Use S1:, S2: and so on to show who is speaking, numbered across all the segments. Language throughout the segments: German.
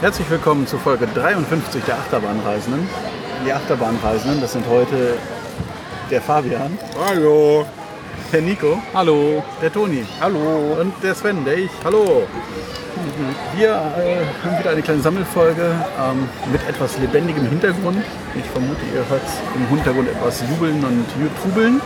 S1: Herzlich willkommen zu Folge 53 der Achterbahnreisenden. Die Achterbahnreisenden, das sind heute der Fabian,
S2: Hallo.
S1: der Nico,
S2: Hallo.
S1: der Toni
S2: Hallo.
S1: und der Sven, der ich.
S2: Hallo.
S1: Wir äh, haben wieder eine kleine Sammelfolge ähm, mit etwas lebendigem Hintergrund. Ich vermute, ihr hört im Hintergrund etwas jubeln und ju- trubeln.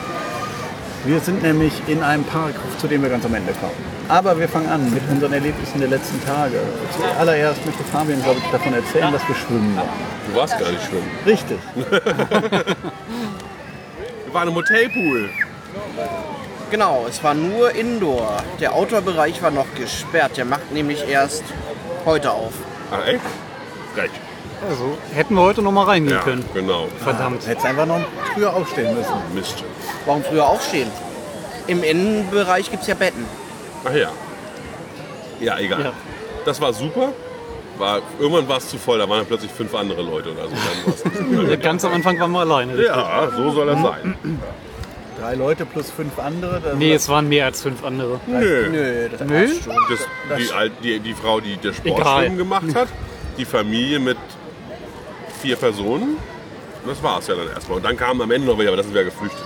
S1: Wir sind nämlich in einem Park, zu dem wir ganz am Ende kommen. Aber wir fangen an mit unseren Erlebnissen der letzten Tage. Zuallererst möchte Fabian, glaube ich, davon erzählen, dass wir schwimmen waren.
S2: Du warst gar nicht schwimmen.
S1: Richtig.
S2: Wir waren im Hotelpool.
S3: Genau, es war nur Indoor. Der Outdoor-Bereich war noch gesperrt. Der macht nämlich erst heute auf.
S2: Ah, echt? Recht.
S4: Also hätten wir heute noch mal reingehen
S2: Ja,
S4: können.
S2: genau.
S4: Verdammt.
S1: Hättest einfach noch früher aufstehen müssen.
S2: Mist.
S3: Warum früher aufstehen? Im Innenbereich gibt es ja Betten.
S2: Ach ja. Ja, egal.
S4: Ja.
S2: Das war super. War, irgendwann war es zu voll, da waren dann plötzlich fünf andere Leute oder so. Dann war's nicht so blöd.
S4: Ganz am Anfang waren wir alleine.
S2: ja, so soll das sein.
S1: Drei Leute plus fünf andere. das-
S4: Nee, es waren mehr als fünf andere.
S2: Nö.
S3: Nö, das
S4: Nö?
S3: passt schon.
S2: Das, die, Al- die, die Frau, die das
S4: Egal.
S2: Sportschwimmen gemacht hat, die Familie mit vier Personen. Das war es ja dann erstmal. Und dann kamen am Ende noch welche, aber das sind wir ja geflüchtet.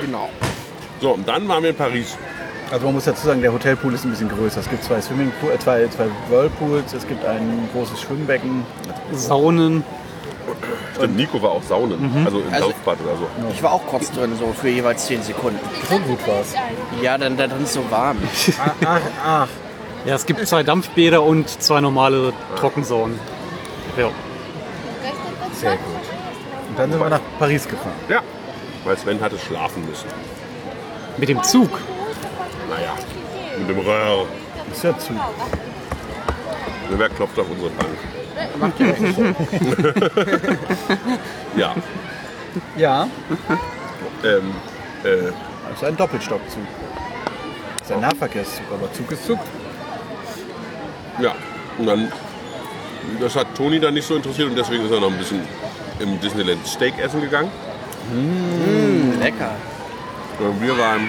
S3: Genau.
S2: So, und dann waren wir in Paris.
S1: Also man muss dazu sagen, der Hotelpool ist ein bisschen größer. Es gibt zwei Swimmingpool, äh, zwei, zwei Whirlpools, es gibt ein großes Schwimmbecken.
S4: Saunen.
S2: Stimmt, Nico war auch saunen, also im
S3: Also-
S2: Laufbad oder so.
S3: Ich war auch kurz drin, so für jeweils 10 Sekunden.
S1: So gut war's.
S3: Ja, dann, dann ist es so warm.
S4: Ja, es gibt zwei Dampfbäder und zwei normale Trockensaunen. Ja.
S1: Sehr gut. Und dann sind wir nach Paris gefahren.
S2: Ja. Weil Sven hatte schlafen müssen.
S4: Mit dem Zug.
S2: Naja, mit dem Röhr.
S1: Ist ja zu.
S2: Wer klopft auf unsere Bank?
S3: Macht ja nichts.
S2: Ja.
S1: Ja.
S2: ähm, äh,
S1: Das ist Also ein Doppelstockzug. Das ist ein Nahverkehrszug, aber Zug ist Zug.
S2: ja. Und dann, das hat Toni dann nicht so interessiert und deswegen ist er noch ein bisschen im Disneyland Steak essen gegangen.
S3: Lecker.
S2: Und wir waren,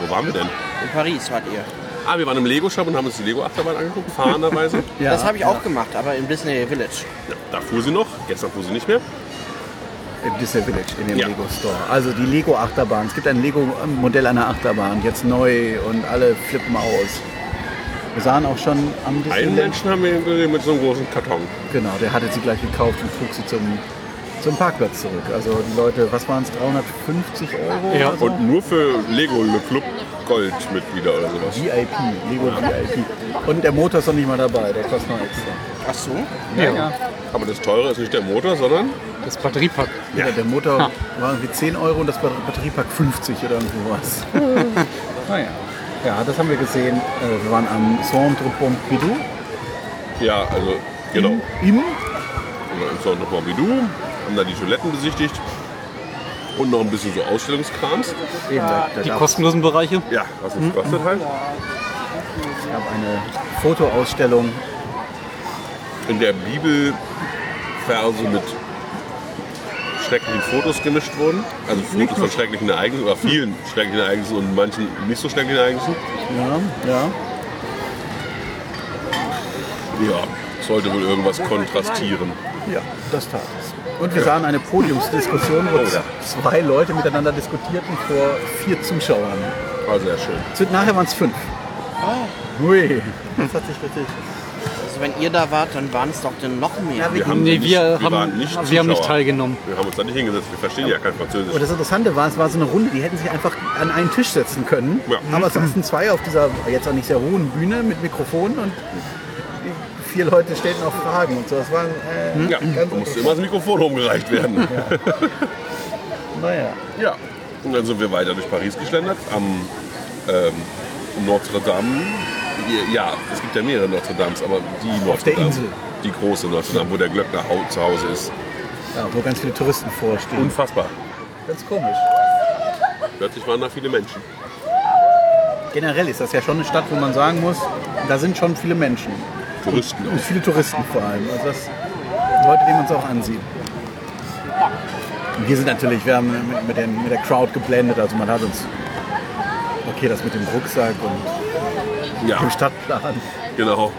S2: wo waren wir denn?
S3: In Paris wart ihr.
S2: Ah, wir waren im Lego-Shop und haben uns die Lego-Achterbahn angeguckt, fahrenderweise.
S1: Ja.
S3: das habe ich auch gemacht, aber im Disney Village.
S2: ja, da fuhr sie noch, gestern fuhr sie nicht mehr.
S1: Im Disney Village, in dem
S2: Ja.
S1: Lego Store. Also die Lego Achterbahn. Es gibt ein Lego äh, Modell einer Achterbahn, jetzt neu und alle flippen aus. Wir sahen auch schon am
S2: Einen
S1: Disneyland
S2: Menschen haben wir gesehen mit so einem großen Karton.
S1: Genau, der hatte sie gleich gekauft und trug sie zum, zum Parkplatz zurück. Also die Leute, was waren es, 350 Euro? Also
S4: Ja.
S1: oder so?
S2: Und nur für Lego Le Club Goldmitglieder oder sowas.
S1: VIP, Lego VIP. Und der Motor ist noch nicht mal dabei, der kostet noch extra.
S3: Ach so?
S4: Ja.
S2: Aber das teure ist nicht der Motor, sondern
S4: Das Batteriepack.
S1: Ja. der Motor war irgendwie 10 Euro und das Bat- Batteriepack 50 oder sowas. naja. Ja, das haben wir gesehen. Äh, Wir waren am Centre Pompidou
S2: ja, also genau.
S1: im
S2: Oder im Sound nochmal wie du, haben da die Toiletten besichtigt und noch ein bisschen so Ausstellungskrams.
S1: eben, da, da
S4: Die
S1: gab-
S4: kostenlosen Bereiche.
S2: Ja, was uns kostet halt.
S1: gab eine Fotoausstellung.
S2: In der Bibel Verse mit schrecklichen Fotos gemischt wurden. Also Fotos von schrecklichen Ereignissen oder vielen schrecklichen Ereignissen und manchen nicht so schrecklichen Ereignissen.
S1: Ja, ja.
S2: Ja, sollte wohl irgendwas kontrastieren.
S1: Ja, das tat es. Oh Und wir sahen eine Podiumsdiskussion, wo
S2: ja.
S1: zwei Leute miteinander diskutierten vor vier Zuschauern.
S2: War sehr schön.
S1: Zu- Nachher waren es fünf. Hui. Oh. Das hat sich richtig.
S3: Also wenn ihr da wart, dann waren es doch denn noch mehr.
S2: Wir haben
S4: Nee,
S2: nicht,
S4: wir,
S2: waren
S4: haben,
S2: nicht
S4: wir haben nicht
S2: Zuschauer.
S4: teilgenommen.
S2: Wir haben uns da nicht hingesetzt, wir verstehen ja kein
S1: Und
S2: Französisch.
S1: das Interessante war, es war so eine Runde, die hätten sich einfach an einen Tisch setzen können.
S2: Ja.
S1: Aber es saßen zwei auf dieser jetzt auch nicht sehr hohen Bühne mit Mikrofonen und vier Leute stellten auch Fragen und so. Das war, äh,
S2: Ja, da musste immer das Mikrofon rumgereicht werden.
S1: naja.
S2: Ja, und dann sind Also wir weiter durch Paris geschlendert am ähm, Notre Dame. Ja, es gibt ja mehrere Notre Dames, aber die Notre
S1: der
S2: Dame,
S1: Insel.
S2: die große Notre Dame, wo der Glöckner hau- zu Hause ist.
S1: Ja, wo ganz viele Touristen vorstehen.
S2: Unfassbar.
S1: ganz komisch.
S2: Plötzlich waren da viele Menschen.
S1: Generell ist das ja schon eine Stadt, wo man sagen muss, da sind schon viele Menschen.
S2: Touristen
S1: Und
S2: auch.
S1: viele Touristen vor allem. Also das Leute, die man es auch ansieht. Und hier sind natürlich, wir haben mit, mit, den, mit der Crowd geblendet, also man hat uns, okay, das mit dem Rucksack und
S2: Ja,
S1: dem Stadtplan.
S2: genau.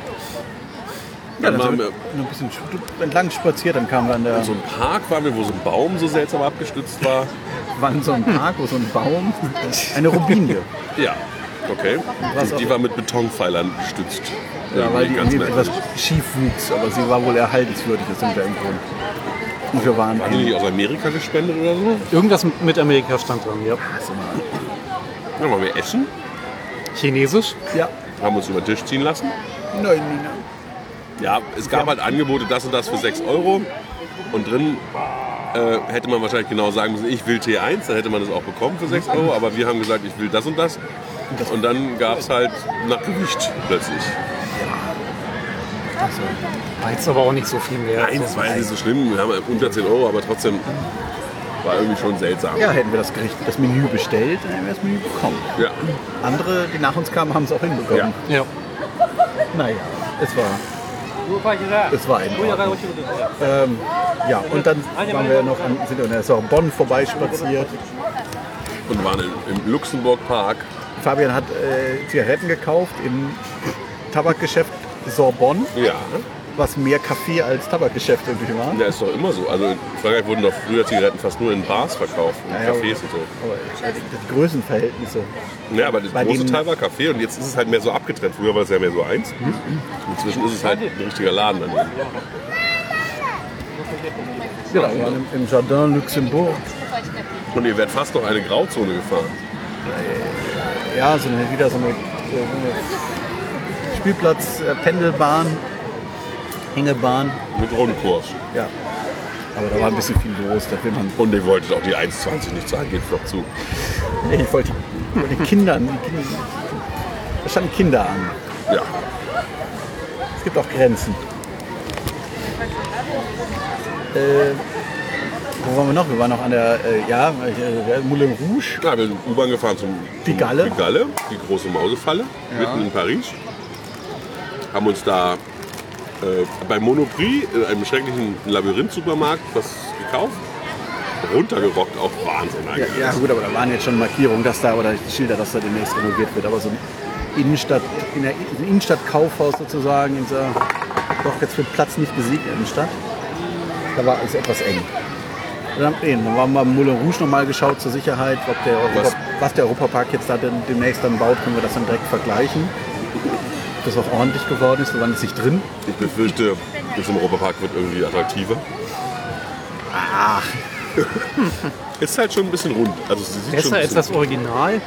S1: Ja, dann
S2: dann waren
S1: sind wir
S2: wir Also-
S1: Also nur ein bisschen sch- entlang spaziert, dann kamen wir an der
S2: in so einem Park, waren wir, wo so ein Baum so seltsam abgestützt war.
S1: Wand so ein Park, wo so ein Baum, eine Robinie.
S2: Ja, okay.
S1: Was
S2: Und die
S1: auch-
S2: war mit Betonpfeilern gestützt.
S1: Ja, weil die
S2: ganz
S1: irgendwie etwas
S2: merkwürdig.
S1: schief wuchs, aber sie war wohl erhaltenswürdig, das sind wir im Grund. Und wir waren
S2: Haben die nicht aus Amerika gespendet oder so?
S4: Irgendwas mit mit Amerika stand dran, ja.
S2: Dann waren wir essen,
S4: Chinesisch?
S1: Ja,
S2: haben uns über den Tisch ziehen lassen.
S1: nein, nein, nein.
S2: Ja, es gab halt Angebote, das und das für 6 Euro. Und drin äh, hätte man wahrscheinlich genau sagen müssen, ich will T1, dann hätte man das auch bekommen für 6 Euro. Aber wir haben gesagt, ich will das und das. Und dann gab es halt nach Gewicht plötzlich.
S4: War jetzt aber auch nicht so viel mehr.
S2: Nein, das war ja nicht so schlimm. Wir haben unter 10 Euro, aber trotzdem war irgendwie schon seltsam.
S1: Ja, hätten wir das Gericht, das Menü bestellt, dann hätten wir das Menü bekommen.
S2: Ja.
S1: Andere, die nach uns kamen, haben es auch hinbekommen.
S4: Ja.
S1: Naja, es war. Es war in Ordnung. Ähm, ja, und dann waren wir noch an, sind wir in der Saison Bonn vorbeispaziert.
S2: Und waren im, im Luxemburg Park.
S1: Fabian hat äh, Zigaretten gekauft im Tabakgeschäft Sorbonne,
S2: Ja.
S1: was mehr Kaffee als Tabakgeschäft irgendwie war.
S2: Ja, ist doch immer so. Also in Frankreich wurden doch früher Zigaretten fast nur in Bars verkauft, in
S1: Naja,
S2: Cafés und so.
S1: Aber die Größenverhältnisse.
S2: Ja, aber das
S1: Bei
S2: große
S1: dem-
S2: Teil war Kaffee und jetzt ist es halt mehr so abgetrennt. Früher war es ja mehr so eins. Inzwischen ist es halt ein richtiger Laden an dem.
S1: Genau, wir waren im, im Jardin Luxembourg.
S2: Und ihr werdet fast noch eine Grauzone gefahren.
S1: Ja, so eine, wieder so eine, so eine Spielplatz-Pendelbahn, Hängebahn.
S2: Mit Rundkurs.
S1: Ja. Aber da war ein bisschen viel los, da will man.
S2: Und ihr wolltet auch die 1,20 nicht zahlen, geht's doch zu.
S1: Nee, ich wollte die, wollte die Kindern. Die Kinder, da standen Kinder an.
S2: Ja.
S1: Es gibt auch Grenzen. Äh, wo waren wir noch? Wir waren noch an der, äh, ja, äh, Moulin Rouge.
S2: ja, wir sind U-Bahn gefahren zum
S1: Die Galle.
S2: Die Galle, die große Mausefalle, mitten in Paris. Haben uns da äh, bei Monoprix in einem schrecklichen Labyrinth-Supermarkt was gekauft. Runtergerockt, auch Wahnsinn
S1: Ja,
S2: eigentlich.
S1: ja gut, aber da waren jetzt schon Markierungen, dass da oder Schilder, dass da demnächst renoviert wird. Aber so ein Innenstadt, in der in- ein Innenstadtkaufhaus sozusagen, in dieser doch jetzt für Platz nicht besiegten Stadt, da war es etwas eng. Und Dann, nee, dann haben wir am Moulin Rouge nochmal geschaut zur Sicherheit, ob der Europa, was?
S2: Was?
S1: der Europapark jetzt da denn, demnächst dann baut, können wir das dann direkt vergleichen. Ob das auch ordentlich geworden ist, wir waren jetzt nicht drin.
S2: Ich befürchte, das im Europapark wird irgendwie attraktiver. ist halt schon ein bisschen rund. Also sie sieht schon
S4: Besser
S2: ein
S4: als
S2: bisschen,
S4: das Original?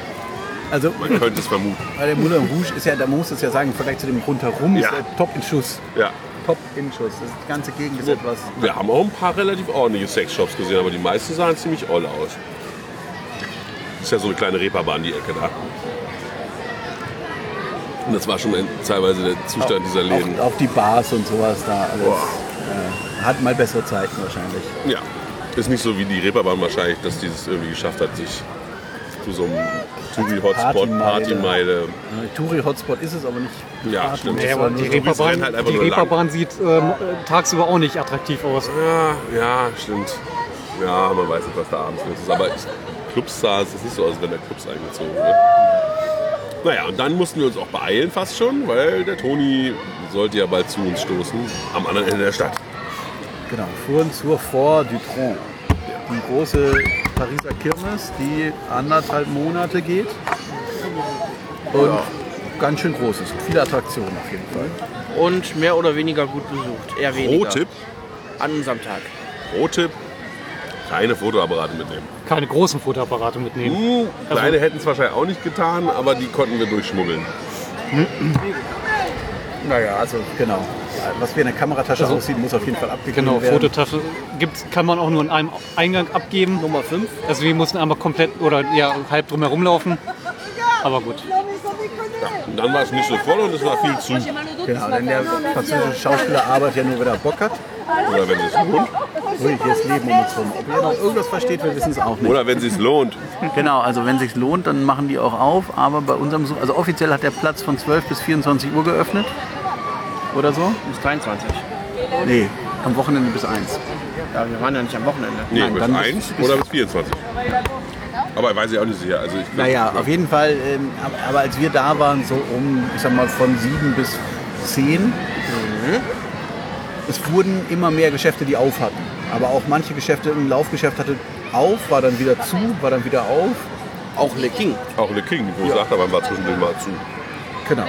S1: Also
S2: Man könnte es vermuten.
S1: bei der Moulin Rouge ist ja, da muss es ja sagen, im Vergleich zu dem rundherum
S2: Ja.
S1: ist der top in Schuss.
S2: Ja.
S1: Top in Schuss. Das die ganze Gegend ist etwas
S2: Wir haben auch ein paar relativ ordentliche Sexshops gesehen, aber die meisten sahen ziemlich all aus. Ist ja so eine kleine Reeperbahn, die Ecke da. Und das war schon ein, teilweise der Zustand dieser Läden.
S1: Auch, auch die Bars und sowas da alles.
S2: Boah.
S1: Äh, hat mal bessere Zeiten wahrscheinlich.
S2: Ja. Ist nicht so wie die Reeperbahn wahrscheinlich, dass die es irgendwie geschafft hat, sich zu so einem Touri-Hotspot,
S1: Partymeile.
S2: Partymeile
S1: Äh, Touri-Hotspot ist es aber nicht.
S2: Ja,
S1: Party-
S2: stimmt.
S1: Nee,
S4: Ja,
S2: Das
S1: aber
S4: aber
S2: war
S4: die
S2: nur so, wie's rennt
S4: Reeperbahn,
S2: halt einfach
S4: die
S2: nur lang.
S4: Reeperbahn sieht ähm, äh, tagsüber auch nicht attraktiv aus.
S2: Ja, ja, stimmt. Ja, man weiß nicht, was da abends los ist. Aber ich, Clubs sah es ist nicht so aus, als wenn der Clubs eingezogen wird. Naja, und dann mussten wir uns auch beeilen fast schon, weil der Toni sollte ja bald zu uns stoßen, am anderen Ende der Stadt.
S1: Genau, fuhren zur Fort du Tronc. Die große Pariser Kirmes, die anderthalb Monate geht. Und ganz schön groß ist. Viele Attraktionen auf jeden Fall.
S3: Und mehr oder weniger gut besucht. Eher weniger.
S2: Pro-Tipp,
S3: An unserem Tag.
S2: Pro-Tipp, keine Fotoapparate mitnehmen.
S4: Keine großen Fotoapparate mitnehmen.
S1: Also-
S2: Hm, Kleine hätten es wahrscheinlich auch nicht getan, aber die konnten wir durchschmuggeln.
S1: Naja, also genau. Ja, Was wie eine Kameratasche
S4: Also-
S1: aussieht, muss auf jeden Fall abgegeben
S4: Genau,
S1: werden.
S4: Fototasche gibt's, kann man auch nur in einem Eingang abgeben.
S3: Nummer 5.
S4: Also wir mussten einmal komplett oder ja, halb drum herumlaufen. Aber gut.
S2: Und dann war es nicht so voll und es war viel zu.
S1: Genau, denn der französische Schauspieler arbeitet ja nur, wenn er Bock hat.
S2: Oder wenn es lohnt.
S1: Ruhiges Leben um uns herum. Ob ihr noch irgendwas versteht, wir wissen es auch nicht.
S2: Oder wenn es sich lohnt.
S1: Genau, also wenn sich lohnt, dann machen die auch auf. Aber bei unserem Besuch, also offiziell hat der Platz von 12 bis 24 Uhr geöffnet. Oder so?
S3: Bis 23.
S1: Nee, am Wochenende bis 1.
S3: Ja, wir waren ja nicht am Wochenende.
S2: Nee,
S1: Nein,
S2: bis
S1: dann bis-
S2: 1 oder bis 24. Aber weiß ich auch nicht sicher. Also ich
S1: Naja, auf jeden Fall, ähm, ab- aber als wir da waren, so um, ich sag mal, von 7 bis 10, es wurden immer mehr Geschäfte, die auf hatten. Aber auch manche Geschäfte, ein Laufgeschäft hatte auf, war dann wieder zu, war dann wieder auf.
S3: Auch Le King.
S2: Auch Le King, wo ja. sagt aber war zwischendurch mal zu.
S1: Genau.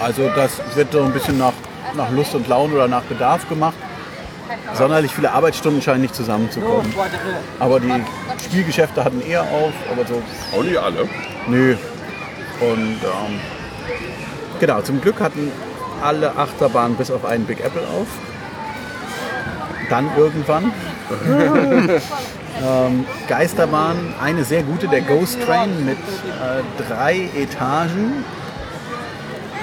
S1: Also das wird so ein bisschen nach, nach Lust und Laune oder nach Bedarf gemacht. Sonderlich viele Arbeitsstunden scheinen nicht zusammenzukommen. Aber die Spielgeschäfte hatten eher auf, aber so,
S2: Auch nicht alle.
S1: nö. Und ähm, genau, zum Glück hatten alle Achterbahnen bis auf einen Big Apple auf. Dann irgendwann. ähm, Geisterbahn, eine sehr gute, der Ghost Train mit äh, drei Etagen.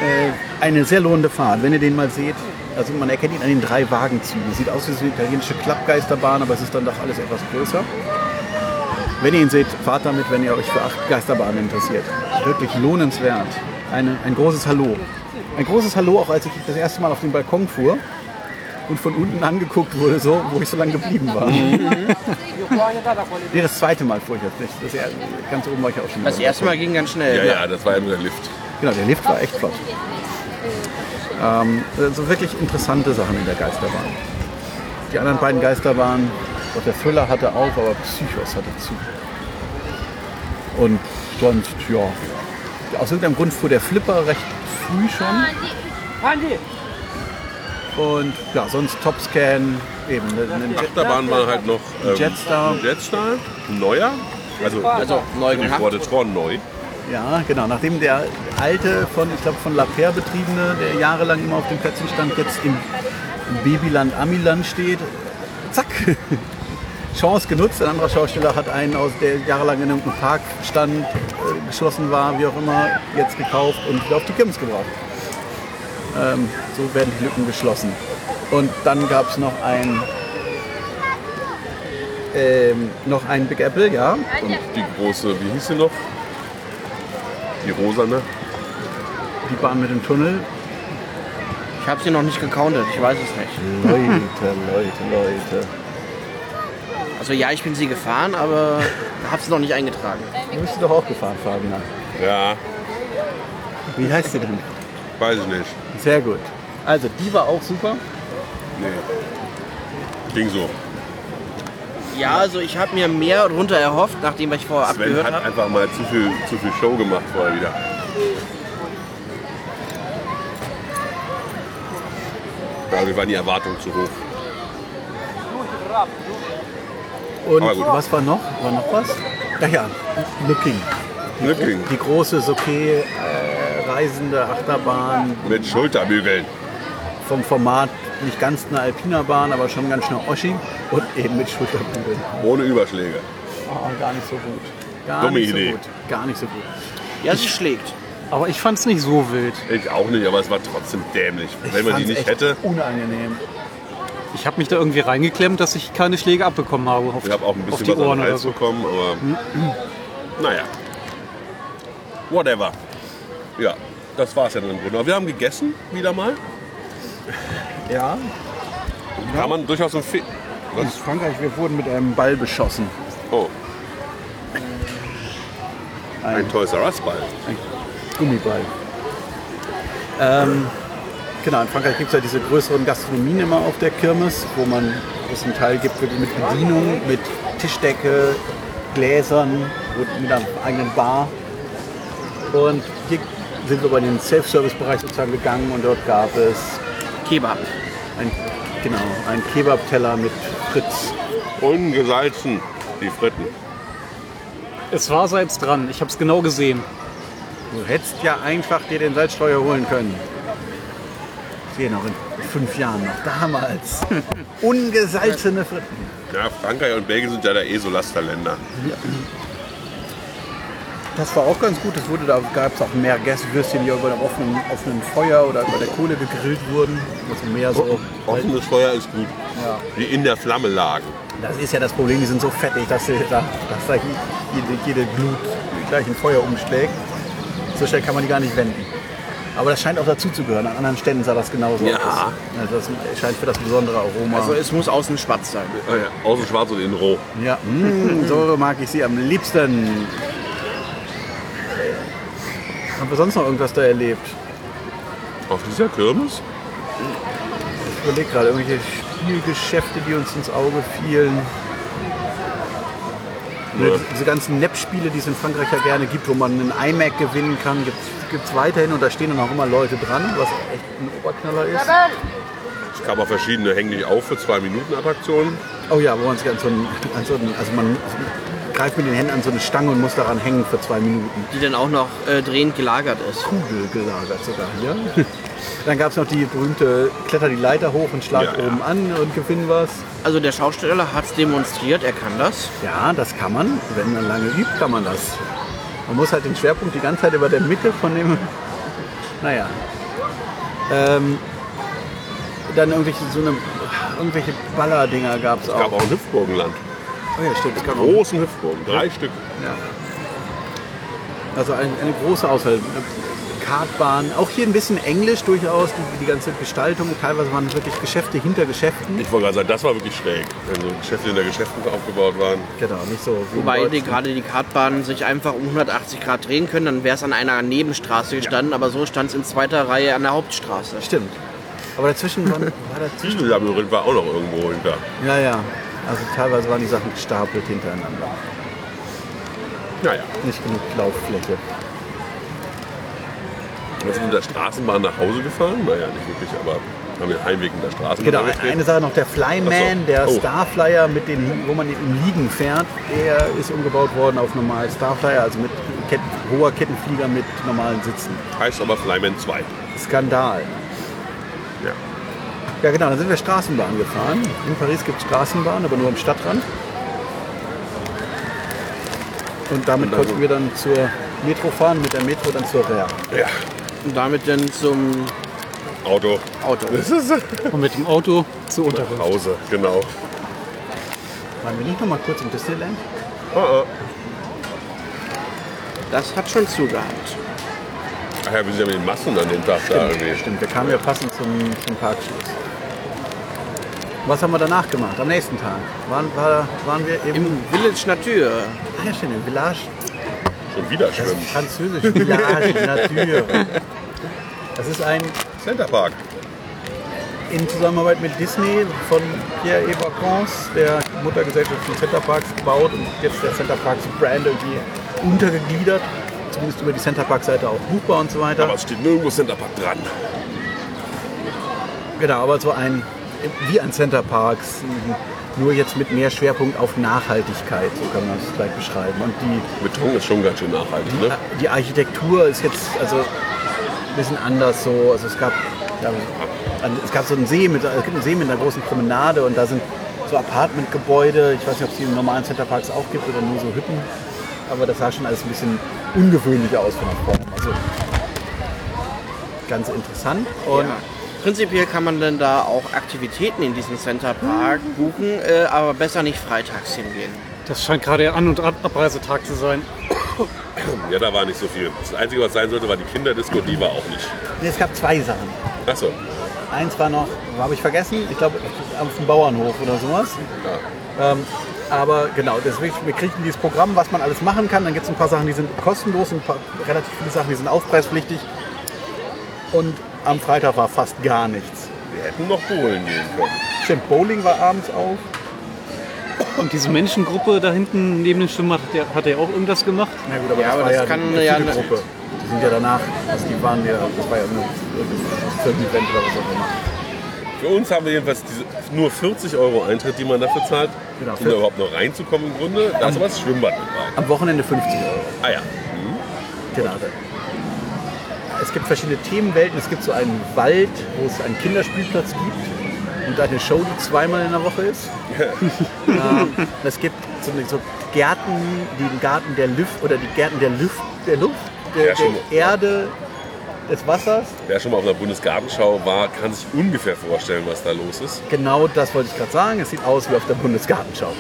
S1: Äh, eine sehr lohnende Fahrt, wenn ihr den mal seht. Also man erkennt ihn an den drei Wagenzügen. Sieht aus wie so eine italienische Klappgeisterbahn, aber es ist dann doch alles etwas größer. Wenn ihr ihn seht, fahrt damit, wenn ihr euch für acht Geisterbahnen interessiert. Wirklich lohnenswert. Eine, ein großes Hallo. Ein großes Hallo, auch als ich das erste Mal auf den Balkon fuhr und von unten angeguckt wurde, so, wo ich so lange geblieben war. nee, das zweite Mal fuhr ich jetzt nicht. Das erste, ganz oben war ich auch schon.
S3: Das
S1: wieder.
S3: erste Mal ging ganz schnell.
S2: Ja, ja, das war ja nur der Lift.
S1: Genau, der Lift war echt flott. Ähm, also wirklich interessante Sachen in der Geisterbahn. Die anderen beiden Geisterbahnen, auch der Thriller hatte auf, aber Psychos hatte zu. Und sonst, ja. Aus irgendeinem Grund fuhr der Flipper recht früh schon. Und ja, sonst Topscan, eben ne, eine, eine Jet
S2: Achterbahn war halt noch ähm,
S1: Jetstar.
S2: ein Jetstar, ein neuer. Also,
S3: Also neu
S2: ich
S3: gemacht.
S2: wurde Tron neu.
S1: Ja, genau. Nachdem der alte von, ich glaube, von Laper betriebene, der jahrelang immer auf den Plätzen stand, jetzt im Babyland Amiland steht, zack, Chance genutzt. Ein anderer Schausteller hat einen, aus der jahrelang in irgendeinem Park stand, äh, geschlossen war, wie auch immer, jetzt gekauft und wieder auf die Kirmes gebracht. Ähm, so werden die Lücken geschlossen. Und dann gab es noch ein ähm, noch ein Big Apple, ja.
S2: Und die große, wie hieß sie noch? Die rosane.
S1: Die Bahn mit dem Tunnel,
S3: Ich habe sie noch nicht gecountet, ich weiß es nicht.
S1: Leute, Leute, Leute.
S3: Also ja, ich bin sie gefahren, aber habe sie noch nicht eingetragen.
S1: Du bist doch auch gefahren, Fabian.
S2: Ja,
S1: Wie heißt sie denn?
S2: weiß ich nicht.
S1: Sehr gut. Also, die war auch super.
S2: Nee. Ging so.
S3: Ja, also ich habe mir mehr runter erhofft, nachdem ich vorher
S2: Sven
S3: abgehört
S2: hat
S3: habe.
S2: einfach mal zu viel, zu viel Show gemacht vorher wieder. Ja, wir waren die Erwartung zu hoch.
S1: Und
S2: Aber gut.
S1: was war noch? War noch was? Ach ja, Looking.
S2: Lücking
S1: Die große, okay, äh, reisende Achterbahn
S2: mit Schulterbügeln.
S1: vom Format nicht ganz eine Alpiner Bahn, aber schon ganz schnell Oschi und eben mit Schulterbügeln.
S2: Ohne Überschläge.
S1: Oh, gar nicht so gut. Gar
S2: Dumme
S1: nicht so
S2: Idee.
S1: gut. Gar nicht so gut.
S3: Ja, sie schlägt.
S4: Aber ich fand's nicht so wild.
S2: Ich auch nicht, aber es war trotzdem dämlich. Wenn man die
S1: fand's
S2: nicht
S1: echt
S2: hätte,
S1: Unangenehm.
S4: Ich habe mich da irgendwie reingeklemmt, dass ich keine Schläge abbekommen habe. Auf,
S2: ich habe auch ein
S4: auf
S2: bisschen was
S4: die
S2: an
S4: Ohren
S2: den
S4: oder
S2: Hals
S4: so.
S2: bekommen, aber naja. Whatever. Ja, das war's ja dann im Grunde. Aber wir haben gegessen, wieder mal.
S1: Ja,
S2: Kann man durchaus empfehlen.
S1: in Frankreich, wir wurden mit einem Ball beschossen.
S2: Oh. Ein Toys R Us Ball.
S1: Gummiball. Ähm, genau, in Frankreich gibt es ja diese größeren Gastronomien immer auf der Kirmes, wo man wo es einen Teil gibt wirklich mit Bedienung, mit Tischdecke, Gläsern und mit einer eigenen Bar. Und hier sind wir bei den Self-Service-Bereich sozusagen gegangen und dort gab es
S3: Kebab.
S1: ein, genau, einen Kebab-Teller mit Fritz.
S2: Ungesalzen, die Fritten.
S4: Es war selbst dran. Ich habe es genau gesehen.
S1: Du hättest ja einfach dir den Salzstreuer holen können. Hier noch in fünf Jahren noch, damals. Ungesalzene Fritten.
S2: Ja, Frankreich und Belgien sind ja da eh so Lasterländer.
S1: Das war auch ganz gut. Es wurde, da gab es auch mehr Gästewürstchen, die über dem offenen, offenen Feuer oder über der Kohle gegrillt wurden. Also mehr so.
S2: Offenes Feuer ist gut.
S1: Ja.
S2: Die in der Flamme lagen.
S1: Das ist ja das Problem, die sind so fettig, dass, sie da, dass da jede, jede Glut gleich ein Feuer umschlägt. So schnell kann man die gar nicht wenden. Aber das scheint auch dazu zu gehören. An anderen Ständen sah das genauso
S2: Ja.
S1: aus. Also das scheint für das besondere Aroma.
S3: Also es muss außen schwarz sein.
S2: Ah ja, Außen schwarz und innen roh.
S1: ja, mm, so mag ich sie am liebsten. Haben wir sonst noch irgendwas da erlebt?
S2: Auf dieser Kirmes?
S1: überlege gerade irgendwelche Spielgeschäfte, die uns ins Auge fielen. Ne,
S2: Ja.
S1: Diese ganzen Nepp-Spiele, die es in Frankreich ja gerne gibt, wo man einen iMac gewinnen kann, gibt es weiterhin und da stehen dann auch immer Leute dran, was echt ein Oberknaller ist.
S2: Es gab auch verschiedene Häng dich auf für zwei Minuten Attraktionen.
S1: Oh ja, wo man sich an so einen, an so einen also man greift mit den Händen an so eine Stange und muss daran hängen für zwei Minuten.
S3: Die dann auch noch äh, drehend gelagert ist.
S1: Kugel gelagert sogar, ja. Dann gab es noch die berühmte Kletter die Leiter hoch und schlag
S2: Ja, ja.
S1: oben an und gewinn was.
S3: Also der Schausteller hat es demonstriert, er kann das.
S1: Ja, das kann man. Wenn man lange übt, kann man das. Man muss halt den Schwerpunkt die ganze Zeit über der Mitte von dem. Naja. Ähm, dann irgendwelche, so eine, irgendwelche Ballerdinger gab es
S2: Es gab
S1: auch.
S2: auch ein Hüpfburgenland.
S1: Oh ja, stimmt. Es gab auch.
S2: Großen Hüpfburgen, drei Stück.
S1: Ja. Also ein, eine große Auswahl. Eine Kartbahn, auch hier ein bisschen englisch durchaus, die, die ganze Gestaltung. Teilweise waren wirklich Geschäfte hinter Geschäften.
S2: Ich wollte gerade sagen, das war wirklich schräg, wenn so Geschäfte in der Geschäften aufgebaut waren.
S1: Genau, nicht so. wie in
S3: Wobei die,
S1: Deutschland.
S3: gerade die Kartbahnen sich einfach um 180 Grad drehen können, dann wäre es an einer Nebenstraße gestanden, aber so stand es in zweiter Reihe an der Hauptstraße.
S1: Stimmt. Aber dazwischen waren, war dazwischen.
S2: Zwischenlabyrinth war auch noch irgendwo hinter.
S1: Ja, ja. Also teilweise waren die Sachen gestapelt hintereinander.
S2: Naja,
S1: Nicht genug Lauffläche.
S2: wir sind mit der Straßenbahn nach Hause gefahren. Naja, nicht wirklich, aber haben den Heimweg in der Straßenbahn
S1: Genau,
S2: getreten.
S1: eine Sache noch, der Flyman,
S2: Ach so.
S1: der
S2: Oh.
S1: Starflyer, mit den, wo man im Liegen fährt, der ist umgebaut worden auf normalen Starflyer, also mit Ketten, hoher Kettenflieger mit normalen Sitzen.
S2: Heißt aber Flyman 2.
S1: Skandal.
S2: Ja.
S1: Ja genau, dann sind wir Straßenbahn gefahren. In Paris gibt es Straßenbahn, aber nur am Stadtrand. Und damit
S2: dann
S1: konnten wir dann zur Metro fahren, mit der Metro dann zur Real.
S2: ja.
S3: Und damit dann zum
S2: Auto
S3: Auto.
S4: Und mit dem Auto zur
S2: nach
S4: Unterkunft.
S2: Hause, genau.
S1: Waren wir nicht noch mal kurz im Disneyland?
S2: Ah, ah.
S3: Das hat schon zugehabt.
S2: Ach ja, wir sind ja mit den Massen an dem Tag da irgendwie.
S1: Stimmt, wir kamen ja passend zum, zum Parkschluss. Was haben wir danach gemacht? Am nächsten Tag waren, war, waren wir im,
S3: Im Village Natur.
S1: ah, ja, stimmt, im Village,
S2: Schon wieder
S1: das
S2: schwimmen.
S1: ist französisch, Village Nature. Das ist ein,
S2: Centerpark.
S1: in Zusammenarbeit mit Disney von Pierre Evacons, der Muttergesellschaft von Centerparks, gebaut und jetzt der Centerparks-Brand irgendwie untergegliedert. Zumindest über die Centerpark-Seite auch buchbar und so weiter.
S2: Aber es steht nirgendwo Centerpark dran.
S1: Genau, aber so ein, wie ein Center Parks, nur jetzt mit mehr Schwerpunkt auf Nachhaltigkeit, so kann man es vielleicht beschreiben. Und die,
S2: Beton ist schon ganz schön nachhaltig, ne?
S1: die Architektur ist jetzt also ein bisschen anders so. Also es gab, ja, an- es gab so einen See mit, es gibt einen See mit einer großen Promenade und da sind so Apartmentgebäude. Ich weiß nicht, ob es die im normalen Center Parks auch gibt oder nur so Hütten. Aber das sah schon alles ein bisschen ungewöhnlich aus von der Form. Also ganz interessant. Und
S3: Ja. Prinzipiell kann man dann da auch Aktivitäten in diesem Center Park buchen, äh, aber besser nicht freitags hingehen.
S4: Das scheint gerade der An- und Ab- Abreisetag zu sein.
S2: Ja, da war nicht so viel. Das Einzige, was sein sollte, war die Kinderdisco, die war auch nicht.
S1: es gab zwei Sachen.
S2: Achso,
S1: Eins war noch, habe ich vergessen, ich glaube auf dem Bauernhof oder sowas. Ähm, aber genau, deswegen, wir kriegen dieses Programm, was man alles machen kann. Dann gibt es ein paar Sachen, die sind kostenlos und ein paar, relativ viele Sachen, die sind aufpreispflichtig. Und am Freitag war fast gar nichts.
S2: wir hätten noch bowlen gehen können.
S1: Stimmt, Bowling war abends auf.
S4: Und diese Menschengruppe da hinten neben dem Schwimmbad, hat der, hat der auch irgendwas gemacht?
S1: Na gut, aber
S3: Ja, aber das kann
S1: eine
S3: ja
S1: viele
S3: eine-
S1: Gruppe. Die sind ja danach, also die waren ja, das war ja nur irgendein Event oder was auch immer.
S2: Für uns haben wir jedenfalls diese, nur 40 Euro Eintritt, die man dafür zahlt,
S1: Genau,
S2: um da
S1: 40.
S2: überhaupt noch reinzukommen im Grunde. Da ist aber das Schwimmbad mit bei.
S1: Am Wochenende 50 Euro.
S2: Ah ja,
S1: Genau. Es gibt verschiedene Themenwelten. Es gibt so einen Wald, wo es einen Kinderspielplatz gibt und eine Show, die zweimal in der Woche ist. ähm, es gibt so, eine- so Gärten, den Garten der Lüft oder die Gärten der Lüft, der Luft, der,
S2: Ja, schon.
S1: der Erde, des Wassers.
S2: wer schon mal auf einer Bundesgartenschau war, kann sich ungefähr vorstellen, was da los ist.
S1: Genau das wollte ich gerade sagen. Es sieht aus wie auf der Bundesgartenschau.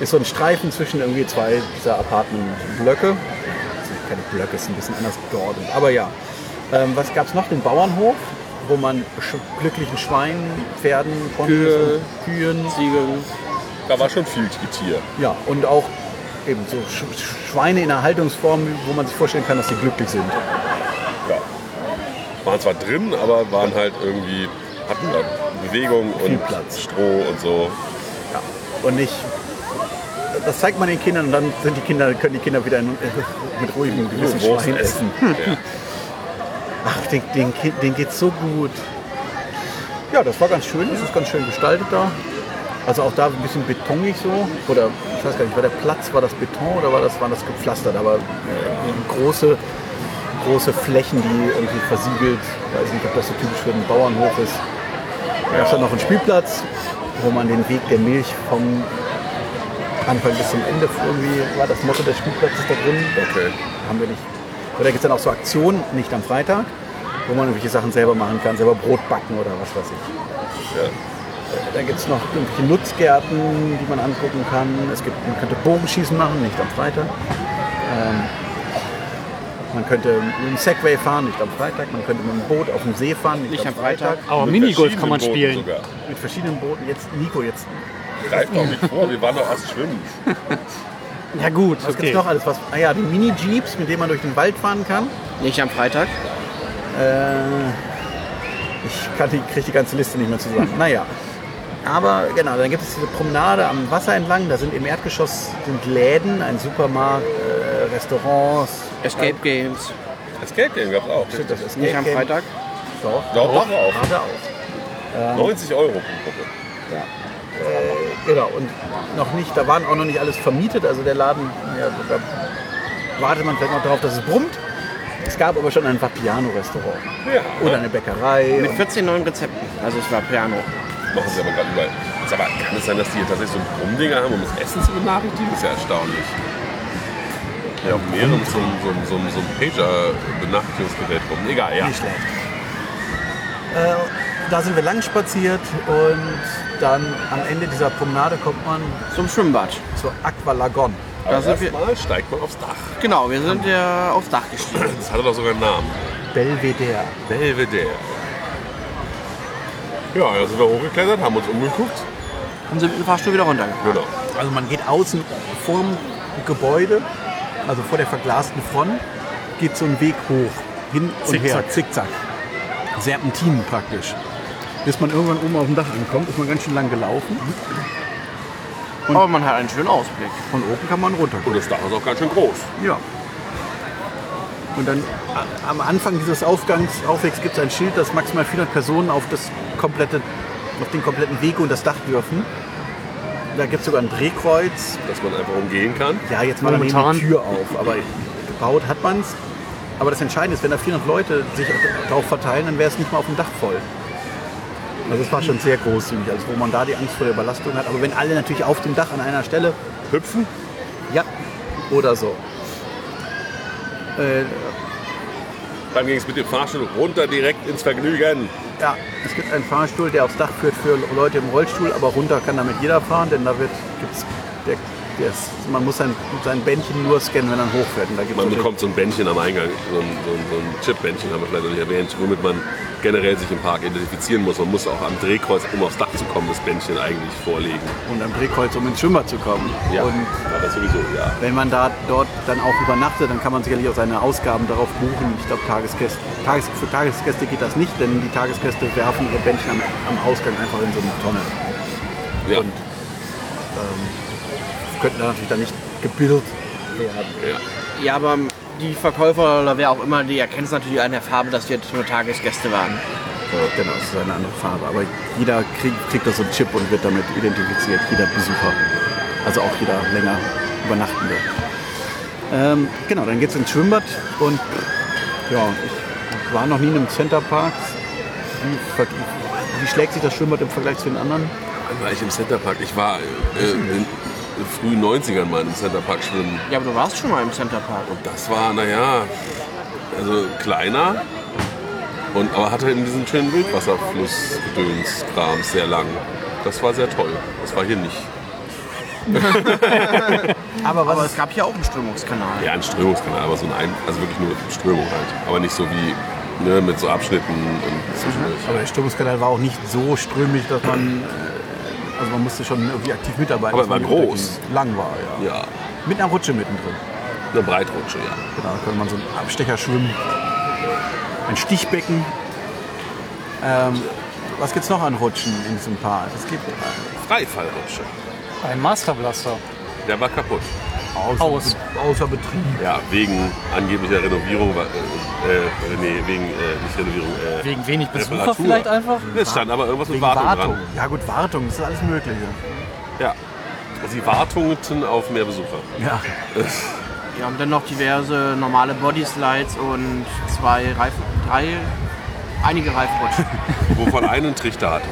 S1: Ist so ein Streifen zwischen irgendwie zwei dieser Apartmentblöcke. Das sind keine Blöcke, ist ein bisschen anders geordnet. Aber ja. Ähm, was gab es noch? Den Bauernhof, wo man sch glücklichen Schweinen, Pferden, Ponys
S2: Kühe.
S1: und Kühen.
S3: Siegel.
S2: Da war schon viel Getier.
S1: Ja, und auch eben so Sch Sch- Schweine in einer Haltungsform, wo man sich vorstellen kann, dass sie glücklich sind.
S2: Ja. Waren zwar drin, aber waren halt irgendwie hatten da Bewegung
S1: Viel
S2: und
S1: Platz.
S2: Stroh und so.
S1: Ja. Und nicht. Das zeigt man den Kindern und dann sind die Kinder, können die Kinder wieder in, äh, mit ruhigem Gewissen
S2: Wurst
S1: Schwein essen.
S2: Ja.
S1: Ach, den, den, Kind- den geht's so gut. Ja, das war ganz schön. Es ist ganz schön gestaltet da. Also auch da ein bisschen betonig so. Oder ich weiß gar nicht, war der Platz, war das Beton oder war das, waren das gepflastert? Aber äh, große, große Flächen, die irgendwie versiegelt. Weiß nicht, ob das so typisch für einen Bauernhof ist. Da ist dann noch ein Spielplatz, wo man den Weg der Milch vom Anfang bis zum Ende irgendwie war das Motto des Spielplatzes da drin.
S2: Okay.
S1: Haben wir nicht. Oder gibt es dann auch so Aktionen, nicht am Freitag, wo man irgendwelche Sachen selber machen kann, selber Brot backen oder was weiß ich.
S2: Ja.
S1: Dann gibt es noch irgendwelche Nutzgärten, die man angucken kann. Es gibt, man könnte Bogenschießen machen, nicht am Freitag. Ähm, man könnte mit dem Segway fahren, nicht am Freitag. Man könnte mit dem Boot auf dem See fahren, nicht, am Freitag.
S4: Aber
S2: Mit
S4: Minigolf kann
S2: verschiedenen
S4: man
S2: Booten
S4: spielen.
S2: Sogar.
S1: Mit verschiedenen Booten. Jetzt, Nico, jetzt.
S2: Greif doch nicht vor, wir waren doch erst schwimmen.
S4: Ja gut,
S1: Was gibt's
S4: okay.
S1: noch alles? Was, ah ja, die Mini-Jeeps, mit denen man durch den Wald fahren kann.
S3: Nicht am Freitag.
S1: Äh, ich kann die, kriege die ganze Liste nicht mehr zusammen. naja. Aber genau, dann gibt es diese Promenade am Wasser entlang. Da sind im Erdgeschoss sind Läden, ein Supermarkt, äh, Restaurants.
S3: Escape Games.
S2: Escape Game gab's auch.
S1: Stimmt, das ist
S3: Nicht am Freitag.
S1: Doch.
S2: Doch, doch auch.
S1: Gerade auch.
S2: 90 Euro pro Gruppe.
S1: Genau, und noch nicht, da waren auch noch nicht alles vermietet. Also der Laden, ja, da wartet man vielleicht noch darauf, dass es brummt. Es gab aber schon ein Vapiano-Restaurant.
S2: Ja.
S1: Oder eine Bäckerei.
S3: Mit
S1: und-
S3: 14 neuen Rezepten. Also es war Piano.
S2: Machen sie aber gerade überall. Sag mal, kann es sein, dass die jetzt tatsächlich so einen Brummdinger haben, um das Essen zu benachrichtigen? Das ist ja erstaunlich. Ja, auf mehreren so, einem- so, einem- so, einem- so einem Pager-Benachrichtigungsgerät rum. Egal, ja.
S1: Nicht schlecht. Äh, da sind wir lang spaziert und dann am Ende dieser Promenade kommt man
S3: Zum Schwimmbad.
S1: zur Aqualagon.
S2: Aber
S3: Da sind wir-
S2: erstmal steigt man aufs Dach.
S3: Genau, wir sind ja aufs Dach gestiegen.
S2: Das hatte doch sogar einen Namen.
S1: Belvedere.
S2: Belvedere. Ja, da sind wir hochgeklettert, haben uns umgeguckt.
S3: Und sind mit dem Fahrstuhl wieder runtergegangen.
S2: Genau.
S1: Also man geht außen vorm Gebäude, also vor der verglasten Front, geht so ein Weg hoch. Hin und
S4: Zickzack.
S1: her. Zickzack. Serpentinen praktisch. Bis man irgendwann oben auf dem Dach ankommt, ist man ganz schön lang gelaufen.
S3: Aber man hat einen schönen Ausblick.
S1: Von oben kann man runter.
S2: Und das Dach ist auch ganz schön groß.
S1: Ja. Und dann a- am Anfang dieses Aufgangs, Aufwegs gibt es ein Schild, dass maximal 400 Personen auf, das komplette, auf den kompletten Weg und das Dach dürfen. Da gibt es sogar ein Drehkreuz.
S2: Dass man einfach umgehen kann.
S1: Ja, jetzt mal eben die
S4: Momentan.
S1: Tür auf, aber gebaut hat man es. Aber das Entscheidende ist, wenn da 400 Leute sich drauf verteilen, dann wäre es nicht mal auf dem Dach voll. Also es war schon sehr großzügig, also wo man da die Angst vor der Überlastung hat. Aber wenn alle natürlich auf dem Dach an einer Stelle
S2: Hüpfen.
S1: ja, oder so. Äh,
S2: Dann ging es mit dem Fahrstuhl runter direkt ins Vergnügen.
S1: ja, es gibt einen Fahrstuhl, der aufs Dach führt für Leute im Rollstuhl, aber runter kann damit jeder fahren, denn da wird gibt's der, der ist, man muss sein, sein Bändchen nur scannen, wenn er hochfährt. Und da gibt's
S2: Man
S1: natürlich-
S2: bekommt so ein Bändchen am Eingang, so ein, so ein, so ein Chip-Bändchen haben wir vielleicht noch nicht erwähnt, womit man generell sich im Park identifizieren muss. Man muss auch am Drehkreuz, um aufs Dach zu kommen, das Bändchen eigentlich vorlegen.
S1: und am Drehkreuz, um ins Schwimmbad zu kommen.
S2: Ja,
S1: Und
S2: aber sowieso, ja.
S1: wenn man da dort dann auch übernachtet, dann kann man sicherlich auch seine Ausgaben darauf buchen. Ich glaube, Tagesgäste, Tages, für Tagesgäste geht das nicht, denn die Tagesgäste werfen ihr Bändchen am, am Ausgang einfach in so eine Tonne.
S2: Ja,
S1: Könnten da natürlich dann nicht gebildet werden.
S2: ja.
S3: Ja, aber die Verkäufer oder wer auch immer, die erkennen es natürlich an der Farbe, dass wir jetzt nur Tagesgäste waren.
S1: Genau, es ist eine andere Farbe. Aber jeder krieg, kriegt da so einen Chip und wird damit identifiziert, jeder Besucher. Also auch jeder länger Übernachtende. Ähm, genau, dann geht's ins Schwimmbad und ja, ich war noch nie in einem Centerpark. Wie, ver- wie schlägt sich das Schwimmbad im Vergleich zu den anderen?
S2: Wann war ich im Centerpark? Ich war äh, in den frühen 90ern mal im Centerpark schwimmen.
S3: Ja, aber du warst schon mal im Center Park.
S2: Und das war, naja, also kleiner, und, aber hatte in diesem schönen Wildwasserfluss-Gedöns-Kram sehr lang. Das war sehr toll. Das war hier nicht.
S1: Aber was
S3: Aber es gab hier auch einen Strömungskanal.
S2: Ja, ein Strömungskanal, aber so ein, ein also wirklich nur Strömung halt. Aber nicht so wie ne, mit so Abschnitten und zwischendurch.
S1: aber der Strömungskanal war auch nicht so strömig, dass man. äh, Also man musste schon irgendwie aktiv mitarbeiten.
S2: Aber
S1: dass
S2: er war
S1: man nicht
S2: groß.
S1: unterging. Lang war, ja.
S2: Ja,
S1: Mit einer Rutsche mittendrin.
S2: eine Breitrutsche, ja.
S1: Genau, da könnte man so einen Abstecher schwimmen. Ein Stichbecken. Ähm, Was gibt's noch an Rutschen in diesem Park? Es gibt
S2: Freifallrutsche.
S4: Ein Master Blaster.
S2: Der war kaputt.
S1: außer,
S4: Aus.
S1: außer Betrieb.
S2: Ja, wegen angeblicher Renovierung, war- äh, äh, nee, wegen, äh, nicht Renovierung, äh,
S4: Wegen wenig Besucher
S2: Reparatur.
S4: vielleicht einfach?
S2: Es stand aber irgendwas mit
S1: Wegen
S2: Wartung,
S1: Wartung.
S2: dran.
S1: Ja gut, Wartung, das ist alles Mögliche.
S2: Ja. Sie warteten auf mehr Besucher.
S1: Ja.
S3: Wir haben dann noch diverse normale Bodyslides und zwei Reifen, drei, einige Reifenrutschen.
S2: Wovon einen Trichter hatte,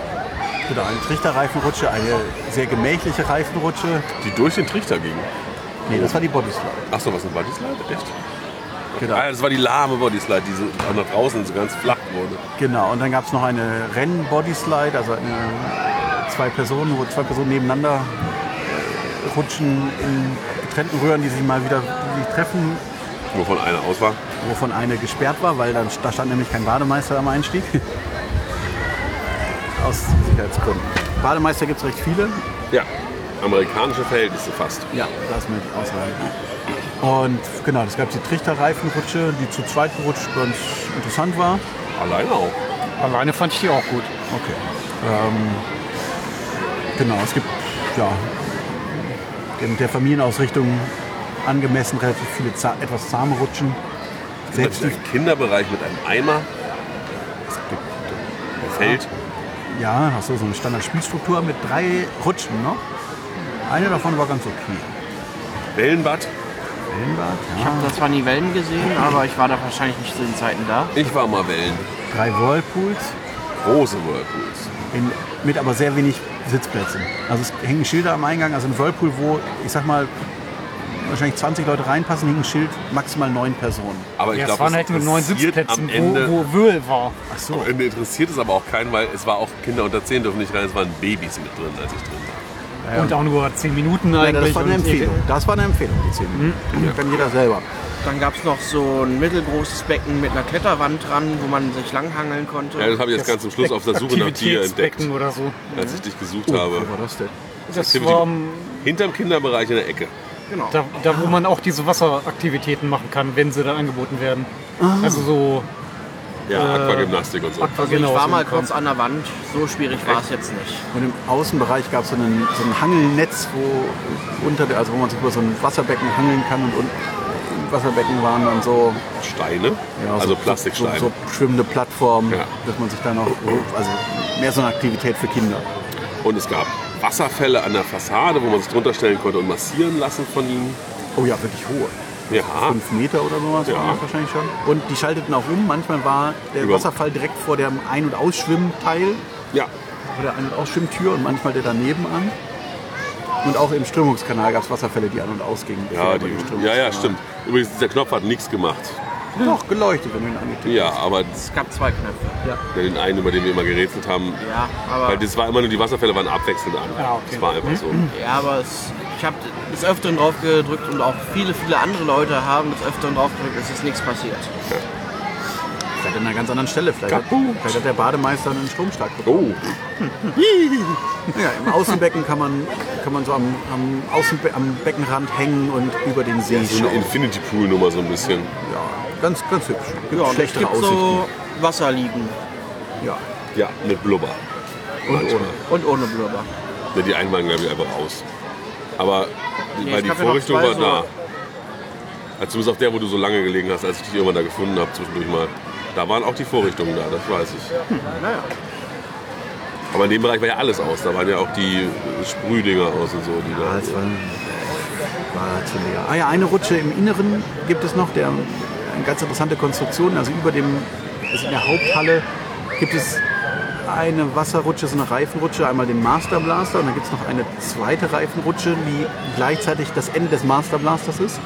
S1: Genau, eine Trichterreifenrutsche, eine sehr gemächliche Reifenrutsche.
S2: die durch den Trichter ging.
S1: Nee, das war die Bodyslide.
S2: Achso, was ist ein Bodyslide? Echt?
S1: Genau.
S2: Ah, das war die lahme Bodyslide, die so auch nach draußen so ganz flach wurde.
S1: Genau, und dann gab es noch eine Rennen-Bodyslide, also eine, zwei Personen, wo zwei Personen nebeneinander äh, rutschen in getrennten Röhren, die sich mal wieder die sich treffen,
S2: Wovon einer aus war.
S1: wovon eine gesperrt war, weil dann, da stand nämlich kein Bademeister am Einstieg. Aus Sicherheitsgründen. Bademeister gibt es recht viele.
S2: Ja. Amerikanische Verhältnisse fast.
S1: Ja, das ist möglich ausreichend. Und genau, es gab die Trichterreifenrutsche, die zu zweit gerutscht ganz interessant war.
S2: Alleine auch.
S4: Alleine fand ich die auch gut.
S1: Okay. Ähm, genau, es gibt ja in der Familienausrichtung angemessen relativ viele za etwas zahme Rutschen. Selbst die,
S2: Natürlich ein Kinderbereich mit einem Eimer. Ein Feld.
S1: ja, hast du so eine Standardspielstruktur mit drei Rutschen noch. Eine davon war ganz okay.
S2: Wellenbad.
S1: Wellenbad,
S3: Ich habe das zwar nie Wellen gesehen, aber ich war da wahrscheinlich nicht zu den Zeiten da.
S2: Ich war mal Wellen.
S1: ja. Drei Whirlpools,
S2: Große Whirlpools.
S1: in, mit aber sehr wenig Sitzplätzen. Also es hängen Schilder am Eingang, also ein Whirlpool, wo ich sag mal wahrscheinlich 20 Leute reinpassen, hing ein Schild, maximal neun Personen.
S2: Aber ich
S4: Ja, es
S2: glaube,
S4: waren halt nur neun Sitzplätzen,
S2: am Ende,
S4: wo, wo Wöhl war.
S1: Ach
S2: am Ende interessiert es aber auch keinen, weil es war auch Kinder unter 10 dürfen nicht rein, es waren Babys mit drin, als ich drin war.
S4: Und auch nur zehn Minuten
S1: Ja, das
S4: eigentlich.
S1: war eine
S4: und- eh
S1: Empfehlung. Das war eine Empfehlung, die 10 Minuten. Kann jeder selber.
S3: Dann gab es noch so ein mittelgroßes Becken mit einer Kletterwand dran, wo man sich langhangeln konnte. Also
S2: Ja, das habe ich jetzt ganz zum Schluss auf der Suche nach dir entdeckt,
S4: Aktivitätsbecken oder so.
S2: als ich dich gesucht habe.
S1: war das denn?
S4: Das
S2: Activity-
S4: war ähm,
S2: Hinterm Kinderbereich in der Ecke.
S3: genau.
S4: da, da, wo man auch diese Wasseraktivitäten machen kann, wenn sie da angeboten werden.
S1: Ah.
S4: Also so
S2: Ja,
S4: Äh,
S2: Aquagymnastik und so.
S3: Also
S4: Genau,
S3: ich war
S4: so
S3: mal
S4: gekommen.
S3: kurz an der Wand, so schwierig war es jetzt nicht.
S1: Und im Außenbereich gab es so, einen- so ein Hangelnetz, wo, unter der, also wo man sich über so ein Wasserbecken hangeln kann und unten im Wasserbecken waren dann so,
S2: Steine,
S1: ja,
S2: also
S1: so,
S2: Plastiksteine.
S1: So, so schwimmende Plattformen,
S2: Ja.
S1: dass man sich dann auch, also mehr so eine Aktivität für Kinder.
S2: Und es gab Wasserfälle an der Fassade, wo man sich drunter stellen konnte und massieren lassen von ihnen.
S1: Oh ja, wirklich hohe.
S2: Ja,
S1: Fünf Meter oder sowas
S2: Ah. Ja.
S1: waren das wahrscheinlich schon. Und die schalteten auch um. Manchmal war der
S2: Über-
S1: Wasserfall direkt vor dem Ein- und Ausschwimmteil
S2: ja.
S1: Bei der Ein- und Ausschwimmtür und manchmal der daneben an. Und auch im Strömungskanal gab es Wasserfälle, die an und ausgingen.
S2: Ja,
S1: Bei dem
S2: die, ja,
S1: Strömungskanal.
S2: ja, stimmt. Übrigens, dieser Knopf hat nichts gemacht.
S1: Doch, geleuchtet, wenn du ihn angetippt
S2: Ja, aber das-
S3: Es gab zwei Knöpfe.
S2: den einen, über den wir immer gerätselt haben,
S3: Ja, aber,
S2: weil das war immer nur die Wasserfälle waren abwechselnd an.
S4: Ah, okay.
S2: Das war einfach so.
S3: ja, aber es, ich habe des Öfteren drauf gedrückt und auch viele, viele andere Leute haben des Öfteren drauf gedrückt, es ist nichts passiert.
S1: hast. Vielleicht an einer ganz anderen Stelle. Vielleicht hat,
S2: Kaputt.
S1: vielleicht hat der Bademeister einen Stromschlag bekommen.
S2: Oh,
S1: Ja, Im Außenbecken kann man, kann man so am, am, Außenbe am Beckenrand hängen und über den See
S2: so eine
S1: schauen.
S2: Infinity Pool Nummer so ein bisschen.
S1: Ja, ganz, ganz hübsch. Gibt
S3: Ja, und es
S1: schlechtere
S3: gibt
S1: Aussichten.
S3: so Wasserliegen
S1: Ja.
S2: Ja, mit Blubber.
S1: Und ohne.
S3: und ohne Blubber.
S2: Ja, Ne, die einen waren glaube ich einfach raus. Aber
S3: Nee,
S2: weil
S3: es
S2: die
S3: gab ja noch
S2: Vorrichtung
S3: zwei
S2: war
S3: so-
S2: da. Also zumindest auch der, wo du so lange gelegen hast, als ich dich irgendwann da gefunden habe zwischendurch mal. Da waren auch die Vorrichtungen da, das weiß ich.
S3: Naja.
S2: Aber in dem Bereich war ja alles aus. Da waren ja auch die äh, Sprühdinger aus und so. Die
S1: Ah,
S2: da,
S1: es war, war zu leer. Ah ja, eine Rutsche im Inneren gibt es noch, der, eine ganz interessante Konstruktion. Also über dem, also in der Haupthalle gibt es eine Wasserrutsche, so eine Reifenrutsche, einmal den Master Blaster und dann gibt es noch eine zweite Reifenrutsche, die gleichzeitig das Ende des Master Blasters ist.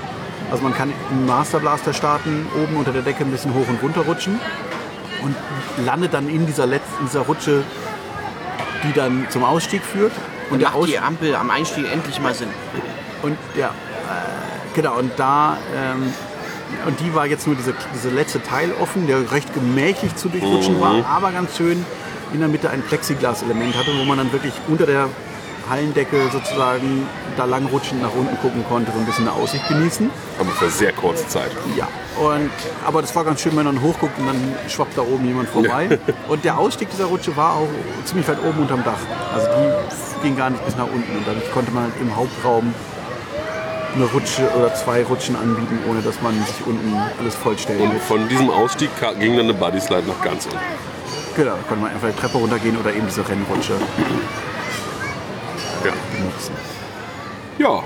S1: Also man kann einen Master Blaster starten, oben unter der Decke ein bisschen hoch und runter rutschen und landet dann in dieser letzten, dieser Rutsche, die dann zum Ausstieg führt. Und der
S3: Macht
S1: Ausstieg
S3: die Ampel am Einstieg endlich mal Sinn.
S1: und ja, äh, genau, und da, ähm, und die war jetzt nur diese, diese letzte Teil offen, der recht gemächlich zu durchrutschen war, aber ganz schön in der Mitte ein Plexiglas-Element hatte, wo man dann wirklich unter der Hallendecke sozusagen da lang rutschend nach unten gucken konnte und ein bisschen eine Aussicht genießen.
S2: Aber für sehr kurze Zeit.
S1: Ja, und, aber das war ganz schön, wenn man hochguckt und dann schwappt da oben jemand vorbei. und der Ausstieg dieser Rutsche war auch ziemlich weit oben unterm Dach. Also die ging gar nicht bis nach unten und dadurch konnte man halt im Hauptraum eine Rutsche oder zwei Rutschen anbieten, ohne dass man sich unten alles vollstellen
S2: Und
S1: muss.
S2: von diesem Ausstieg ka- ging dann eine Bodyslide nach ganz unten.
S1: Genau, da konnte man einfach die Treppe runtergehen oder eben diese Rennrutsche
S2: Ja.
S1: nutzen.
S2: ja.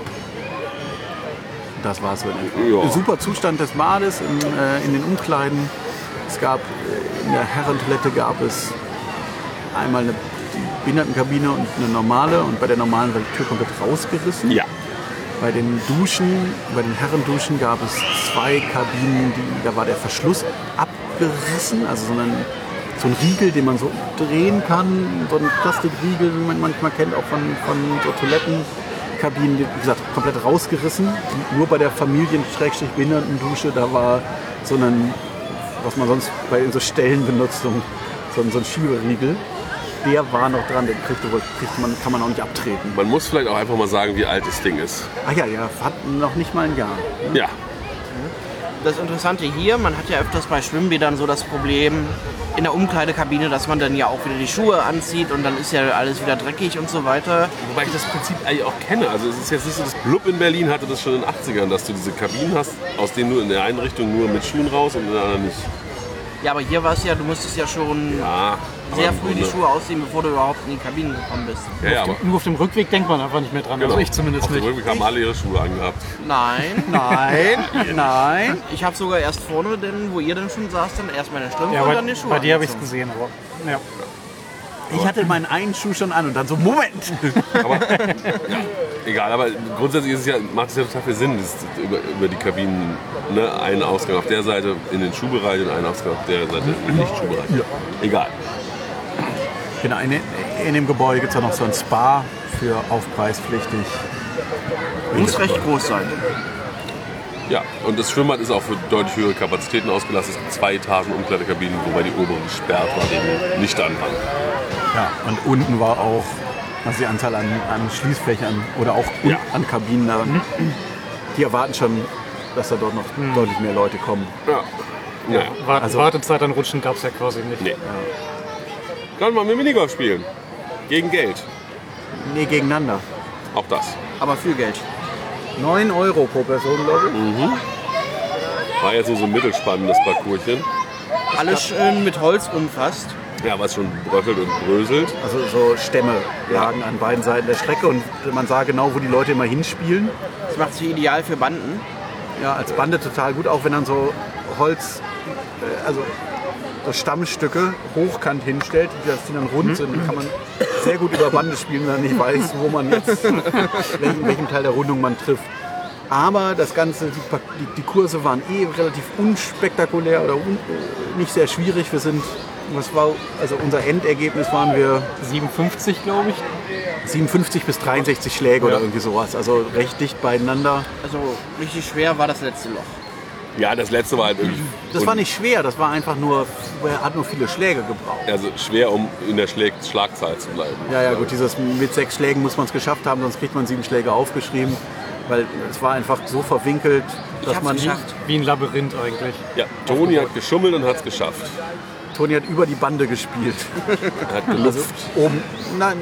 S1: Das war so ein
S2: Ja.
S1: super Zustand des Bades in, äh, in den Umkleiden. Es gab äh, in der Herrentoilette gab es einmal eine Behindertenkabine und eine normale und bei der normalen war die Tür komplett rausgerissen.
S2: Ja.
S1: Bei den Duschen, bei den Herrenduschen gab es zwei Kabinen, die, da war der Verschluss abgerissen, also so ein, so ein Riegel, den man so drehen kann, so ein Plastikriegel, wie man manchmal kennt, auch von, von so Toilettenkabinen, die, wie gesagt, komplett rausgerissen. Nur bei der Familien-Behindertendusche, da war so ein, was man sonst bei so Stellen benutzt, so ein, so ein, so ein Schieberriegel. Der war noch dran, den kriegt, kriegt man, kann man auch nicht abtreten.
S2: Man muss vielleicht auch einfach mal sagen, wie alt das Ding ist.
S1: Ah ja, ja, hat noch nicht mal ein Jahr.
S2: Ja.
S3: Das Interessante hier, man hat ja öfters bei Schwimmbädern so das Problem in der Umkleidekabine, dass man dann ja auch wieder die Schuhe anzieht und dann ist ja alles wieder dreckig und so weiter.
S2: Wobei ich das Prinzip eigentlich auch kenne. Also es ist jetzt nicht so, das Club in Berlin hatte das schon in den 80ern, dass du diese Kabinen hast, aus denen du in der einen Richtung nur mit Schuhen raus und in der anderen nicht.
S3: Ja, aber hier war es ja, du musstest ja schon
S2: Ah, aber
S3: sehr
S2: im
S3: früh die
S2: Grunde-
S3: Schuhe ausziehen, bevor du überhaupt in die Kabinen gekommen bist.
S2: Ja, ja, aber genau.
S4: Nur auf dem Rückweg denkt man einfach nicht mehr dran. Also ich zumindest
S2: Auf dem
S4: nicht.
S2: Rückweg haben alle ihre Schuhe angehabt.
S3: Nein,
S1: Nein, nein.
S3: Ich habe sogar erst vorne, denn wo ihr denn schon saßt, dann erst meine Strümpfe
S4: Ja,
S3: und
S4: bei,
S3: dann die Schuhe.
S4: bei dir habe ich es
S3: angezogen.
S4: gesehen, aber. Ja.
S1: Ich hatte meinen einen Schuh schon an und dann so, Moment!
S2: Egal, aber grundsätzlich ist es ja, macht es ja total viel Sinn, das, über, über die Kabinen ne, einen Ausgang auf der Seite in den Schuhbereich und einen Ausgang auf der Seite im Nicht-Schuhbereich. Egal.
S1: Genau, in, in dem Gebäude gibt es auch noch so ein Spa für aufpreispflichtig.
S3: Muss recht groß sein.
S2: Ja, und das Schwimmbad ist auch für deutlich höhere Kapazitäten ausgelastet. Es gibt Zwei Etagen Umkleidekabinen, wobei die obere gesperrt war wegen Nichtanhang.
S1: Ja, und unten war auch also die Anzahl an, an Schließfächern oder auch un-
S2: Ja.
S1: an Kabinen. Da, die erwarten schon, dass da dort noch deutlich mehr Leute kommen.
S2: Ja. Naja.
S4: Wart,
S1: Also-
S4: Wartezeit an Rutschen gab es ja quasi nicht.
S2: Nee. Dann wollen wir Minigolf spielen. Gegen Geld.
S1: Nee, gegeneinander.
S2: Auch das.
S3: Aber viel Geld.
S1: 9 Euro pro Person, glaube ich.
S2: War jetzt nur so ein mittelspannendes Parcourschen.
S3: Alles schön mit Holz umfasst.
S2: Ja, was schon bröckelt und bröselt.
S1: Also so Stämme lagen an beiden Seiten der Strecke und man sah genau, wo die Leute immer hinspielen.
S3: Das macht sich ideal für Banden.
S1: Ja, als Bande total gut, auch wenn dann so Holz, äh, also so Stammstücke hochkant hinstellt, die das die dann rund sind, die kann man sehr gut über Bande spielen, wenn man nicht weiß, wo man jetzt, welchen, welchen Teil der Rundung man trifft. Aber das Ganze, die, Pa- die, die Kurse waren eh relativ unspektakulär oder un, äh, nicht sehr schwierig. Wir sind, was war, also unser Endergebnis waren wir
S4: 57, glaube ich.
S1: 57 bis 63 Schläge oder irgendwie sowas. Also recht dicht beieinander.
S3: Also richtig schwer war das letzte Loch.
S2: Ja, das letzte war halt irgendwie.
S1: Das war nicht schwer, das war einfach nur, er hat nur viele Schläge gebraucht.
S2: Also schwer, um in der Schlag Schlagzahl zu bleiben.
S1: Ja, ja, gut, dieses mit sechs Schlägen muss man es geschafft haben, sonst kriegt man sieben Schläge aufgeschrieben, weil es war einfach so verwinkelt, dass
S3: hab's
S1: man.
S3: geschafft.
S4: Wie ein Labyrinth eigentlich.
S2: Ja, Toni hat geschummelt und hat es geschafft.
S1: Toni hat über die Bande gespielt. Also
S2: Er hat gelupft.
S1: Oben, nein,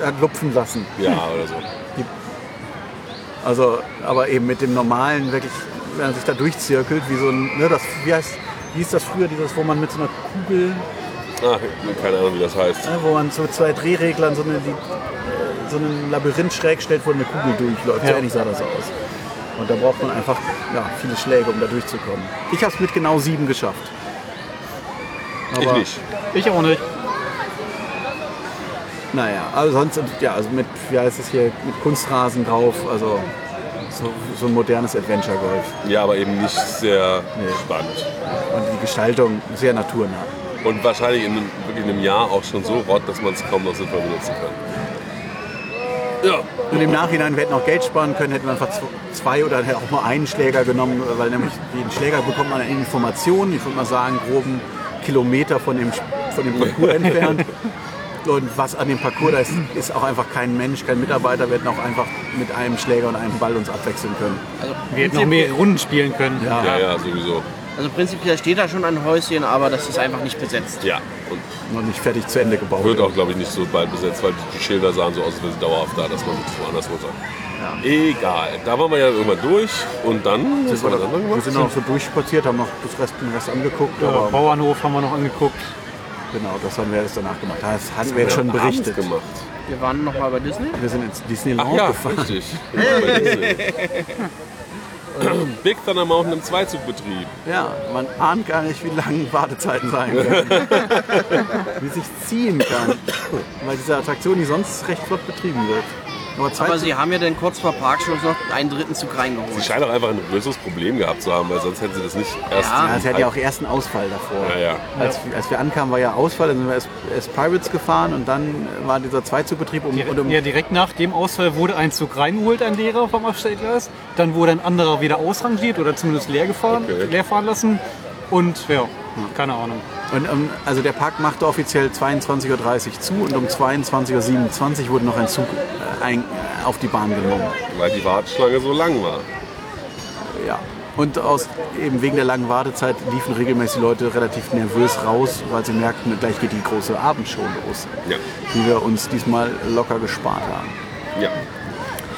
S1: er hat lupfen lassen.
S2: Ja, oder so.
S1: Also, aber eben mit dem normalen, wirklich, wenn er sich da durchzirkelt, wie so ein, ne, das, wie heißt, wie hieß das früher, dieses, wo man mit so einer Kugel
S2: Ah, keine Ahnung, wie das heißt.
S1: Ne, wo man so mit zwei Drehreglern so, eine, die, so einen Labyrinth schräg stellt, wo eine Kugel durchläuft. So ähnlich sah das aus. Und da braucht man einfach ja, viele Schläge, um da durchzukommen. Ich habe es mit genau sieben geschafft.
S2: Ich nicht.
S4: Ich auch nicht.
S1: Naja, aber sonst, ja, also mit, wie heißt es hier, mit Kunstrasen drauf, also so, so ein modernes Adventure-Golf.
S2: Ja, aber eben nicht sehr spannend.
S1: Und die Gestaltung sehr naturnah.
S2: Und wahrscheinlich in einem, wirklich in einem Jahr auch schon so rot, dass man es kaum noch sinnvoll benutzen kann. Ja,
S1: Und im Nachhinein, wir hätten auch Geld sparen können, hätten wir einfach zw- zwei oder hätte auch nur einen Schläger genommen, weil nämlich den Schläger bekommt man an Informationen, ich würde mal sagen, groben Kilometer von dem, Sch- von dem Parcours entfernt. Leuten, was an dem Parcours da ist, ist auch einfach kein Mensch, kein Mitarbeiter. Wir hätten auch einfach mit einem Schläger und einem Ball uns abwechseln können.
S4: Wir hätten noch mehr Runden spielen können.
S2: Ja, ja, sowieso.
S3: Also prinzipiell steht da schon ein Häuschen, aber das ist einfach nicht besetzt.
S2: Ja, und
S1: Noch nicht fertig zu Ende gebaut.
S2: wird auch, glaube ich, nicht so bald besetzt, weil die Schilder sahen so aus, als wären sie dauerhaft da, dass man woanders runter. Egal, da waren wir ja irgendwann durch und dann, was
S1: Das war
S2: haben wir
S1: das-
S2: dann noch
S1: wir
S2: gemacht?
S1: sind noch so durchspaziert, haben noch das Rest, den Rest angeguckt,
S4: Ja,
S1: aber
S4: Bauernhof haben wir noch angeguckt.
S1: genau, das haben wir erst danach gemacht. Das hatten wir jetzt schon berichtet.
S2: Abends gemacht.
S3: Wir waren nochmal bei Disney.
S1: Wir sind ins
S2: Ach
S1: Disneyland
S2: ja,
S1: gefahren.
S2: richtig. Bei Disney. Big Thunder Mountain im Zweizugbetrieb.
S1: Ja, man ahnt gar nicht, wie lange Wartezeiten sein können. wie sich ziehen kann. Weil diese Attraktion, die sonst recht flott betrieben wird. Aber, zwei
S3: Aber sie haben ja dann kurz vor Parkschluss noch einen dritten Zug
S2: Sie
S3: reingeholt.
S2: scheinen auch einfach ein größeres Problem gehabt zu haben, weil sonst hätten sie das nicht erst. halt-
S3: Ja,
S1: ja, es hat ja auch erst einen Ausfall davor.
S2: Ja, ja.
S1: Als, als wir ankamen, war ja Ausfall, dann sind wir erst, erst Pirates gefahren und dann war dieser Zweizugbetrieb um, und um
S4: Ja, direkt nach dem Ausfall wurde ein Zug reingeholt, ein leerer vom Abstellgleis. Dann wurde ein anderer wieder ausrangiert oder zumindest leer gefahren,
S2: Okay.
S4: leer fahren lassen. Und ja, keine Ahnung.
S1: Und ähm, also der Park machte offiziell 22.30 Uhr zu und um 22.27 Uhr wurde noch ein Zug äh, ein, äh, auf die Bahn genommen.
S2: weil die Warteschlange so lang war.
S1: Ja. Und aus, eben wegen der langen Wartezeit liefen regelmäßig Leute relativ nervös raus, weil sie merkten, gleich geht die große Abendshow los,
S2: Ja.
S1: die wir uns diesmal locker gespart haben.
S2: ja.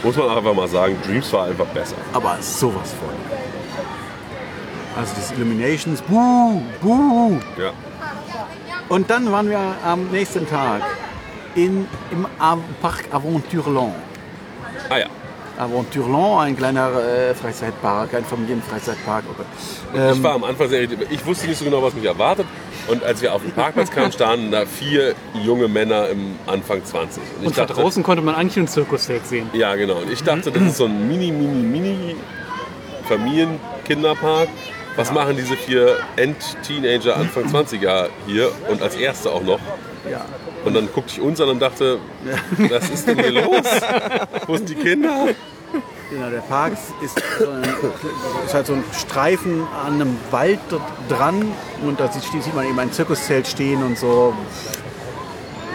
S2: Muss man auch einfach mal sagen, Dreams war einfach besser.
S1: Aber sowas von. Also das Illuminations, buh, buh.
S2: Ja.
S1: Und dann waren wir am nächsten Tag in, im Av- Parc Aventurland.
S2: Ah ja.
S1: Aventurland, ein kleiner äh, Freizeitpark, ein Familienfreizeitpark. Oh Gott.
S2: Ich war am Anfang sehr irritiert. Ich wusste nicht so genau, was mich erwartet. Und als wir auf den Parkplatz kamen, standen da vier junge Männer im Anfang 20. ich
S4: Und da draußen konnte man eigentlich einen Zirkuszelt sehen.
S2: Ja, genau. Und ich dachte,
S1: Mhm.
S2: das ist so ein mini, mini, mini Familienkinderpark. Was machen diese vier End-Teenager, Anfang 20er hier und als Erste auch noch?
S1: Mhm. Ja.
S2: Und dann guckte ich uns an und dachte, was ist denn hier los? Wo sind die Kinder?
S1: Genau, der Park ist, so ein, ist halt so ein Streifen an einem Wald dort dran und da sieht, sieht man eben ein Zirkuszelt stehen und so,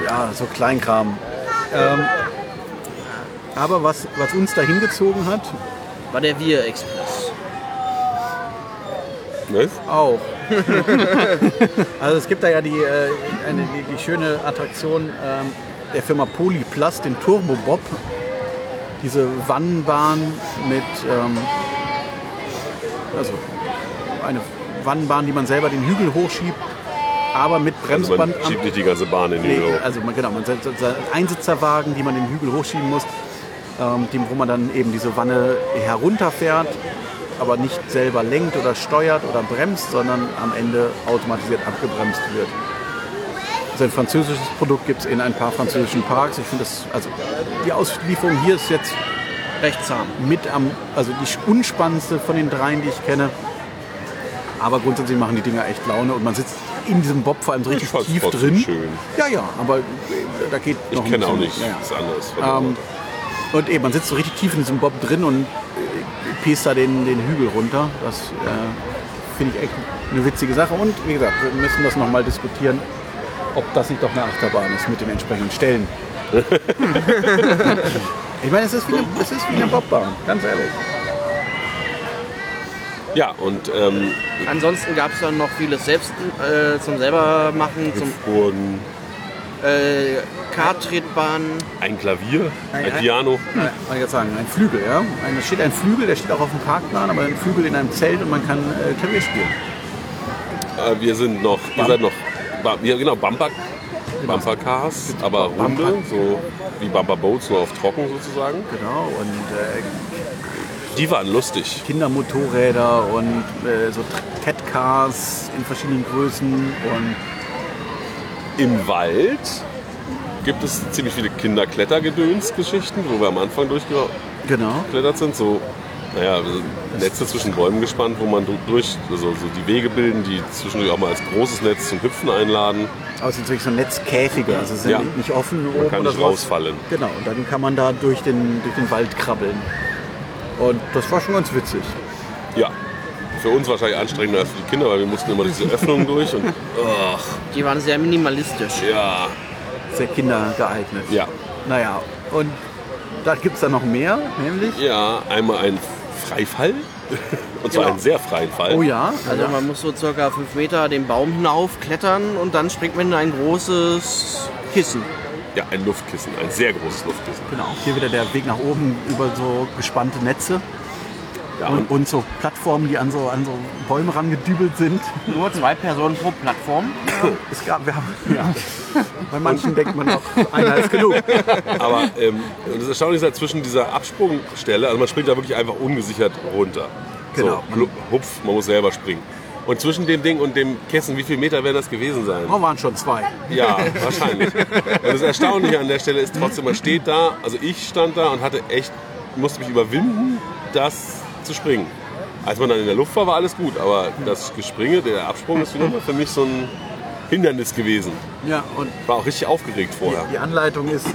S1: ja, so Kleinkram. Ähm, aber was, was uns da hingezogen hat,
S3: War der Wir Express.
S2: Was?
S1: Auch. also es gibt da ja die, äh, eine, die, die schöne Attraktion ähm, der Firma Polyplus, den Turbo Bob. Diese Wannbahn mit, ähm, also eine Wannbahn, die man selber den Hügel hochschiebt, aber mit
S2: Also man
S1: Bremsband am
S2: schiebt nicht die ganze Bahn in die
S1: Nee,
S2: Höhe.
S1: also man, genau, man setzt so einen Einsitzerwagen, die man den Hügel hochschieben muss, ähm, dem, wo man dann eben diese Wanne herunterfährt, aber nicht selber lenkt oder steuert oder bremst, sondern am Ende automatisiert abgebremst wird. Sein französisches Produkt gibt es in ein paar französischen Parks. Ich finde das, also die Auslieferung hier ist jetzt
S3: Recht zahm.
S1: mit am, also die unspannendste von den dreien, die ich kenne. Aber grundsätzlich machen die Dinger echt Laune und man sitzt in diesem Bob vor allem so richtig
S2: fand's
S1: tief
S2: trotzdem
S1: drin.
S2: schön.
S1: Ja, ja, aber äh, da geht noch
S2: Ich
S1: ein
S2: kenne auch
S1: bisschen-
S2: nicht.
S1: Ja, ja.
S2: Das ist anderes.
S1: Ähm, Und eben, man sitzt so richtig tief in diesem Bob drin und äh, piest da den, den Hügel runter. Das äh, finde ich echt eine witzige Sache. Und wie gesagt, wir müssen das nochmal diskutieren, ob das nicht doch eine Achterbahn ist mit den entsprechenden Stellen. ich meine, es ist wie eine, es ist wie eine Bobbahn, ganz ehrlich.
S2: ja, und ähm,
S3: Ansonsten gab es dann noch vieles selbst äh, zum selber machen, zum
S2: Hüpfburgen,
S3: äh, Kartretbahn.
S2: ein Klavier, ein
S1: ein-
S2: Piano.
S1: Nein, wollte ich jetzt sagen, ein Flügel, ja. Ein, es steht ein Flügel, der steht auch auf dem Parkplan, aber ein Flügel in einem Zelt und man kann äh, Klavier spielen.
S2: Äh, wir sind noch, ihr
S1: Bam-
S2: seid noch, Bam- ja, genau, Bumper, Bumper Cars, aber runde, so wie Bumper Boats, nur auf trocken sozusagen.
S1: Genau, und äh,
S2: Die waren lustig.
S1: Kindermotorräder und äh, so Tr- Catcars in verschiedenen Größen und
S2: Im Wald gibt es ziemlich viele Kinderklettergedöns-Geschichten, wo wir am Anfang durchgeklettert
S1: genau.
S2: sind. So, naja, also Netze zwischen Bäumen gespannt, wo man du- durch, also so die Wege bilden, die zwischendurch auch mal als großes Netz zum Hüpfen einladen.
S1: Aber es sind wirklich so Netzkäfige, also es sind
S2: Ja.
S1: nicht offen
S2: Man
S1: oben
S2: kann
S1: oder
S2: nicht
S1: sowas.
S2: rausfallen.
S1: Genau, und dann kann man da durch den, durch den Wald krabbeln. Und das war schon ganz witzig.
S2: Ja. Für uns wahrscheinlich anstrengender als für die Kinder, weil wir mussten immer durch diese Öffnungen durch und ach,
S3: Die waren sehr minimalistisch.
S2: ja,
S1: für Kinder geeignet.
S2: Ja.
S1: Naja, und da gibt es dann noch mehr, nämlich.
S2: Ja, einmal ein Freifall. Und zwar
S3: Genau.
S2: einen sehr freien Fall.
S1: Oh ja,
S3: Also man muss so circa 5 Meter den Baum hinaufklettern und dann springt man in ein großes Kissen.
S2: Ja, ein Luftkissen, ein sehr großes Luftkissen.
S1: Genau, hier wieder der Weg nach oben über so gespannte Netze
S2: Ja,
S1: und,
S2: und
S1: und so Plattformen, die an so, an so Bäume rangedübelt sind.
S3: Nur zwei Personen pro Plattform.
S1: Es gab, wir haben, Bei manchen denkt man auch, einer ist genug.
S2: aber ähm, und das Erstaunliche ist halt zwischen dieser Absprungstelle, also man springt da wirklich einfach ungesichert runter.
S1: Genau.
S2: So, glup, hupf, man muss selber springen. Und zwischen dem Ding und dem Kissen, wie viele Meter werden das gewesen sein?
S1: Oh, waren schon zwei.
S2: Ja, wahrscheinlich. Und das Erstaunliche an der Stelle ist trotzdem, man steht da, also ich stand da und hatte echt, musste mich überwinden, das zu springen. Als man dann in der Luft war, war alles gut, aber das Gespringe, der Absprung ist wieder mal für mich so ein Hindernis gewesen.
S1: Ja, und
S2: War auch richtig aufgeregt vorher.
S1: die Anleitung ist, äh,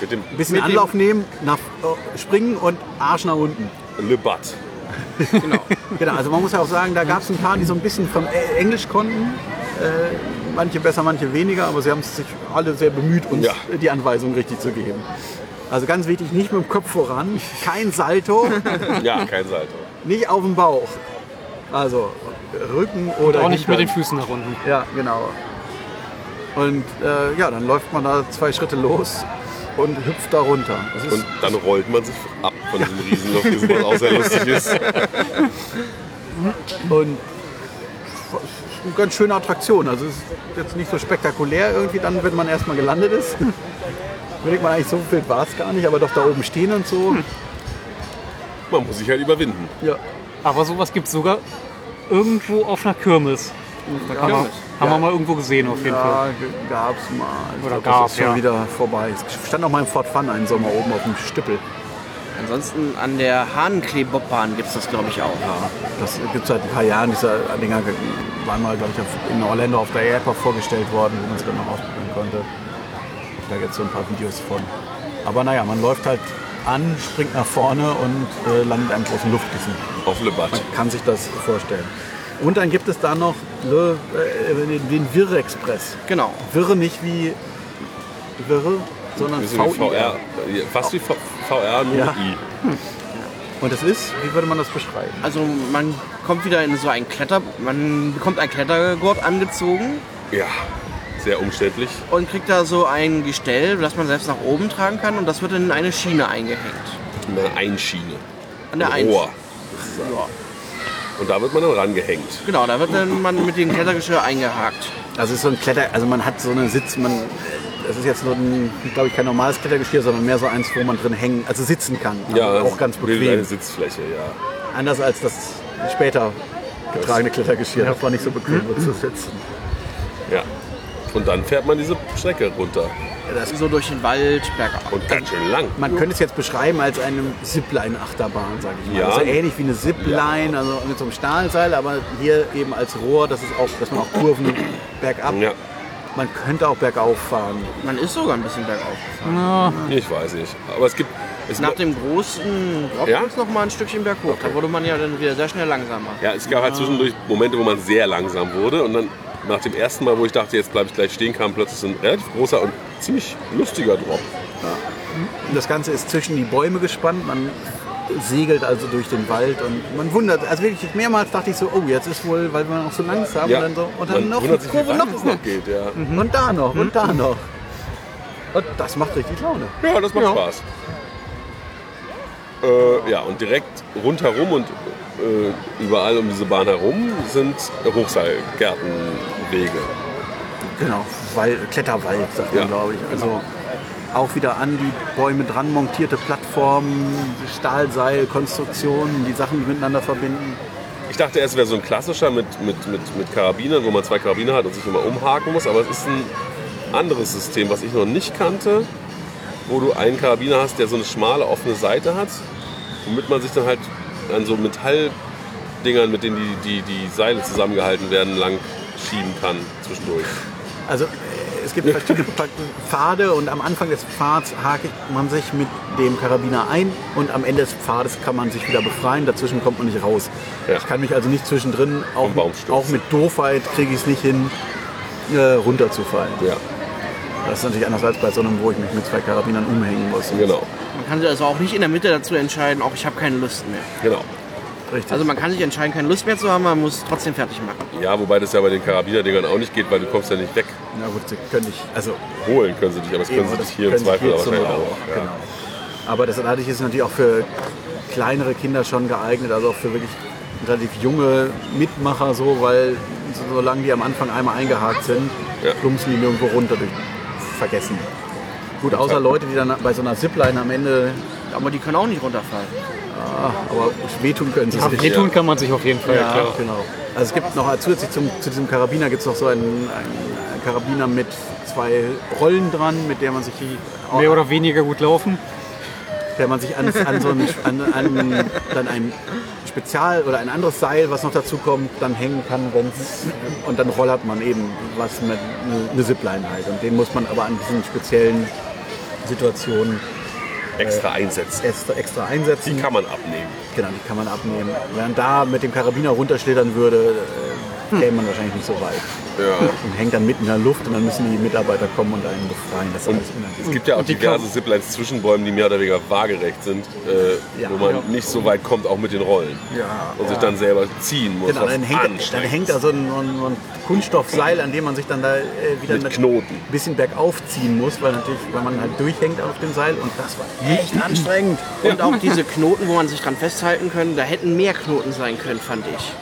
S2: Mit dem
S1: ein bisschen
S2: mit
S1: Anlauf nehmen, nach, äh, springen und Arsch nach unten.
S2: Dem Le Bat.
S1: Genau, also man muss ja auch sagen, da gab es ein paar, die so ein bisschen vom Ä- Englisch konnten. Äh, manche besser, manche weniger, aber sie haben sich alle sehr bemüht, uns
S2: Ja.
S1: die Anweisung richtig zu geben. Also ganz wichtig, nicht mit dem Kopf voran, kein Salto,
S2: Ja, kein Salto.
S1: nicht auf dem Bauch. Also Rücken oder
S4: Auch nicht mit
S1: Hintern.
S4: den Füßen nach unten.
S1: Ja, genau. Und äh, ja, dann läuft man da zwei Schritte los und hüpft da runter. Das ist
S2: Und dann rollt man sich ab von diesem Riesenloch, was auch sehr lustig ist.
S1: Und es ist eine ganz schöne Attraktion. Also es ist jetzt nicht so spektakulär irgendwie, dann, wenn man erstmal gelandet ist. Würde man eigentlich so viel war es gar nicht, aber doch da oben stehen und so.
S2: Man muss sich halt überwinden.
S1: Ja.
S4: Aber sowas gibt es sogar irgendwo auf einer Kirmes. Haben, wir, haben wir mal irgendwo gesehen auf jeden
S1: Ja,
S4: Fall.
S1: ge- gab's mal. Ich
S4: Oder
S1: glaub, das
S4: gab,
S1: ist schon
S4: ja.
S1: wieder vorbei. Es stand auch mal im Fort Fun einen Sommer oben auf dem Stüppel.
S3: Ansonsten an der Hahnkleebobbahn gibt es das, glaube ich, auch.
S1: Das gibt es seit ein paar Jahren. Dieser Dinger ge- waren mal, glaube ich, auf- in Orlando auf der Airport vorgestellt worden, wo man es dann noch ausprobieren konnte. Da gibt es so ein paar Videos von. Aber naja, man läuft halt an, springt nach vorne und äh, landet in einem großen Luftkissen.
S2: Auf Le Bat.
S1: Man kann sich das vorstellen. Und dann gibt es da noch Le, äh, den Wirre-Express.
S3: Genau.
S1: Wirre nicht wie Wirre, sondern
S2: Bisschen wie
S1: VR.
S2: VR. Fast wie V- VR, nur
S1: Ja.
S2: mit I.
S1: Und das ist, wie würde man das beschreiben?
S3: Also man kommt wieder in so ein Kletter... Man bekommt ein Klettergurt angezogen
S2: Ja, sehr umständlich.
S3: und kriegt da so ein Gestell, das man selbst nach oben tragen kann und das wird in eine Schiene eingehängt.
S2: Eine Einschiene.
S3: An der
S2: Ein
S3: Eins.
S2: Rohr. sozusagen. Und da wird man dann rangehängt.
S3: Genau, da wird dann man mit dem Klettergeschirr eingehakt.
S1: Also es ist so ein Kletter, also man hat so einen Sitz, man, das ist jetzt nur, ein, glaube ich, kein normales Klettergeschirr, sondern mehr so eins, wo man drin hängen, also sitzen kann.
S2: Ja,
S1: Also
S2: das
S1: auch ganz
S2: bildet Eine
S1: bequem.
S2: Sitzfläche, ja.
S1: Anders als das später getragene Klettergeschirr. Hm? Das war nicht so bequem, wo zu sitzen.
S2: ja. Und dann fährt man diese Strecke runter.
S3: So durch den Wald, bergab.
S2: Und ganz schön lang.
S1: Man könnte es jetzt beschreiben als eine Zipline-Achterbahn, sage ich mal.
S2: Ja.
S1: Also ähnlich wie eine Zipline, also mit so einem Stahlseil, aber hier eben als Rohr, das ist auch, dass man auch Kurven bergab.
S2: Ja,
S1: Man könnte auch bergauf fahren.
S3: Man ist sogar ein bisschen bergauf gefahren.
S2: ich weiß nicht. Aber es gibt. Es
S3: Nach dem großen Drop
S2: Ja?
S3: gibt's noch mal ein Stückchen berghoch. Da wurde man ja dann wieder sehr schnell langsamer.
S2: ja, es gab halt zwischendurch Momente, wo man sehr langsam wurde. Und dann nach dem ersten Mal, wo ich dachte, jetzt bleibe ich gleich stehen, kam plötzlich so ein relativ großer und ziemlich lustiger Drop.
S1: Und Das Ganze ist zwischen die Bäume gespannt. Man segelt also durch den Wald und man wundert, also wirklich mehrmals dachte ich so, oh, jetzt ist wohl, weil wir noch so langsam und dann so und dann
S2: man
S1: noch eine
S2: wundert sich, wie
S1: Kurve
S2: weit es
S1: noch,
S2: noch geht. Mhm. Ja,
S1: und da noch und da noch. Und das macht richtig Laune.
S2: ja das macht Spaß. Äh, ja, und direkt rundherum und äh, überall um diese Bahn herum sind Hochseilgärtenwege.
S1: Genau, Wal Kletterwald sagt
S2: Ja, genau.
S1: man, glaube ich. Also auch wieder an die Bäume dran montierte Plattformen, Stahlseilkonstruktionen, die Sachen miteinander verbinden.
S2: Ich dachte, es wäre so ein klassischer mit, mit, mit, mit Karabinern, wo man zwei Karabiner hat und sich immer umhaken muss, aber es ist ein anderes System, was ich noch nicht kannte, wo du einen Karabiner hast, der so eine schmale offene Seite hat, womit man sich dann halt an so Metalldingern, mit denen die, die, die Seile zusammengehalten werden, lang schieben kann zwischendurch.
S1: Also äh, es gibt verschiedene Pla- Pfade und am Anfang des Pfads hakt man sich mit dem Karabiner ein und am Ende des Pfades kann man sich wieder befreien. Dazwischen kommt man nicht raus.
S2: Ja.
S1: Ich kann mich also nicht zwischendrin, auch,
S2: Vom Baum stürzen.
S1: auch mit Doofheit kriege ich es nicht hin, äh, runterzufallen.
S2: Ja.
S1: Das ist natürlich anders als bei so einem, wo ich mich mit zwei Karabinern umhängen muss.
S2: Genau,
S3: Man kann sich also auch nicht in der Mitte dazu entscheiden, auch ich habe keine Lust mehr.
S2: genau.
S1: Richtig.
S3: Also man kann sich entscheiden, keine Lust mehr zu haben, man muss trotzdem fertig machen.
S2: Ja, wobei das ja bei den Karabinerdingern auch nicht geht, weil du kommst ja nicht weg.
S1: Na gut, sie könnte ich. Also,
S2: Holen können sie dich, aber das können
S1: eben,
S2: sie
S1: das
S2: dich hier im
S1: können sie
S2: Zweifel
S1: hier
S2: aber
S1: zum
S2: wahrscheinlich
S1: Bau,
S2: auch. Ja.
S1: Genau. Aber das Atlantik ist natürlich auch für kleinere Kinder schon geeignet, also auch für wirklich relativ junge Mitmacher so, weil so- solange die am Anfang einmal eingehakt sind,
S2: Ja.
S1: plumpsen die nirgendwo runter durch. Vergessen. Gut, außer Leute, die dann bei so einer Zipline am Ende,
S3: Aber die können auch nicht runterfallen.
S1: ah, aber wehtun können sie es nicht.
S4: Wehtun kann man sich auf jeden Fall.
S1: Ja, genau. Also es gibt noch zusätzlich zum, zu diesem Karabiner gibt es noch so einen, einen Karabiner mit zwei Rollen dran, mit der man sich die,
S4: Mehr oder weniger gut laufen.
S1: der man sich an, an so ein, an, an dann ein Spezial oder ein anderes Seil, was noch dazu kommt, dann hängen kann, wenn's äh, und dann rollert man eben was mit eine, eine Zipline halt und den muss man aber an diesen speziellen Situationen
S2: Extra einsetzen.
S1: extra, extra
S2: Die
S1: einsetzen.
S2: kann man abnehmen.
S1: genau, die kann man abnehmen. Wenn man da mit dem Karabiner runterschlittern würde, äh, käme man wahrscheinlich nicht so weit.
S2: Hm. Ja.
S1: und hängt dann mitten in der Luft und dann müssen die Mitarbeiter kommen und einen befreien. Das ist alles
S2: Es
S1: unangenehm.
S2: gibt ja auch
S4: Und die
S2: diverse
S4: Kar-
S2: Ziplines zwischen Bäumen, die mehr oder weniger waagerecht sind, äh,
S1: Ja.
S2: wo man
S1: Ja.
S2: nicht so weit kommt, auch mit den Rollen.
S1: Ja,
S2: und sich dann selber ziehen muss.
S1: Genau,
S2: was
S1: dann hängt, dann
S2: anstrengend
S1: hängt da so ein, so ein so ein Kunststoffseil, an dem man sich dann da äh, wieder
S2: Mit Knoten.
S1: ein bisschen bergauf ziehen muss, weil natürlich, weil man halt durchhängt auf dem Seil und das war echt anstrengend.
S3: Und auch diese Knoten, wo man sich dran festhalten können, da hätten mehr Knoten sein können, fand ich.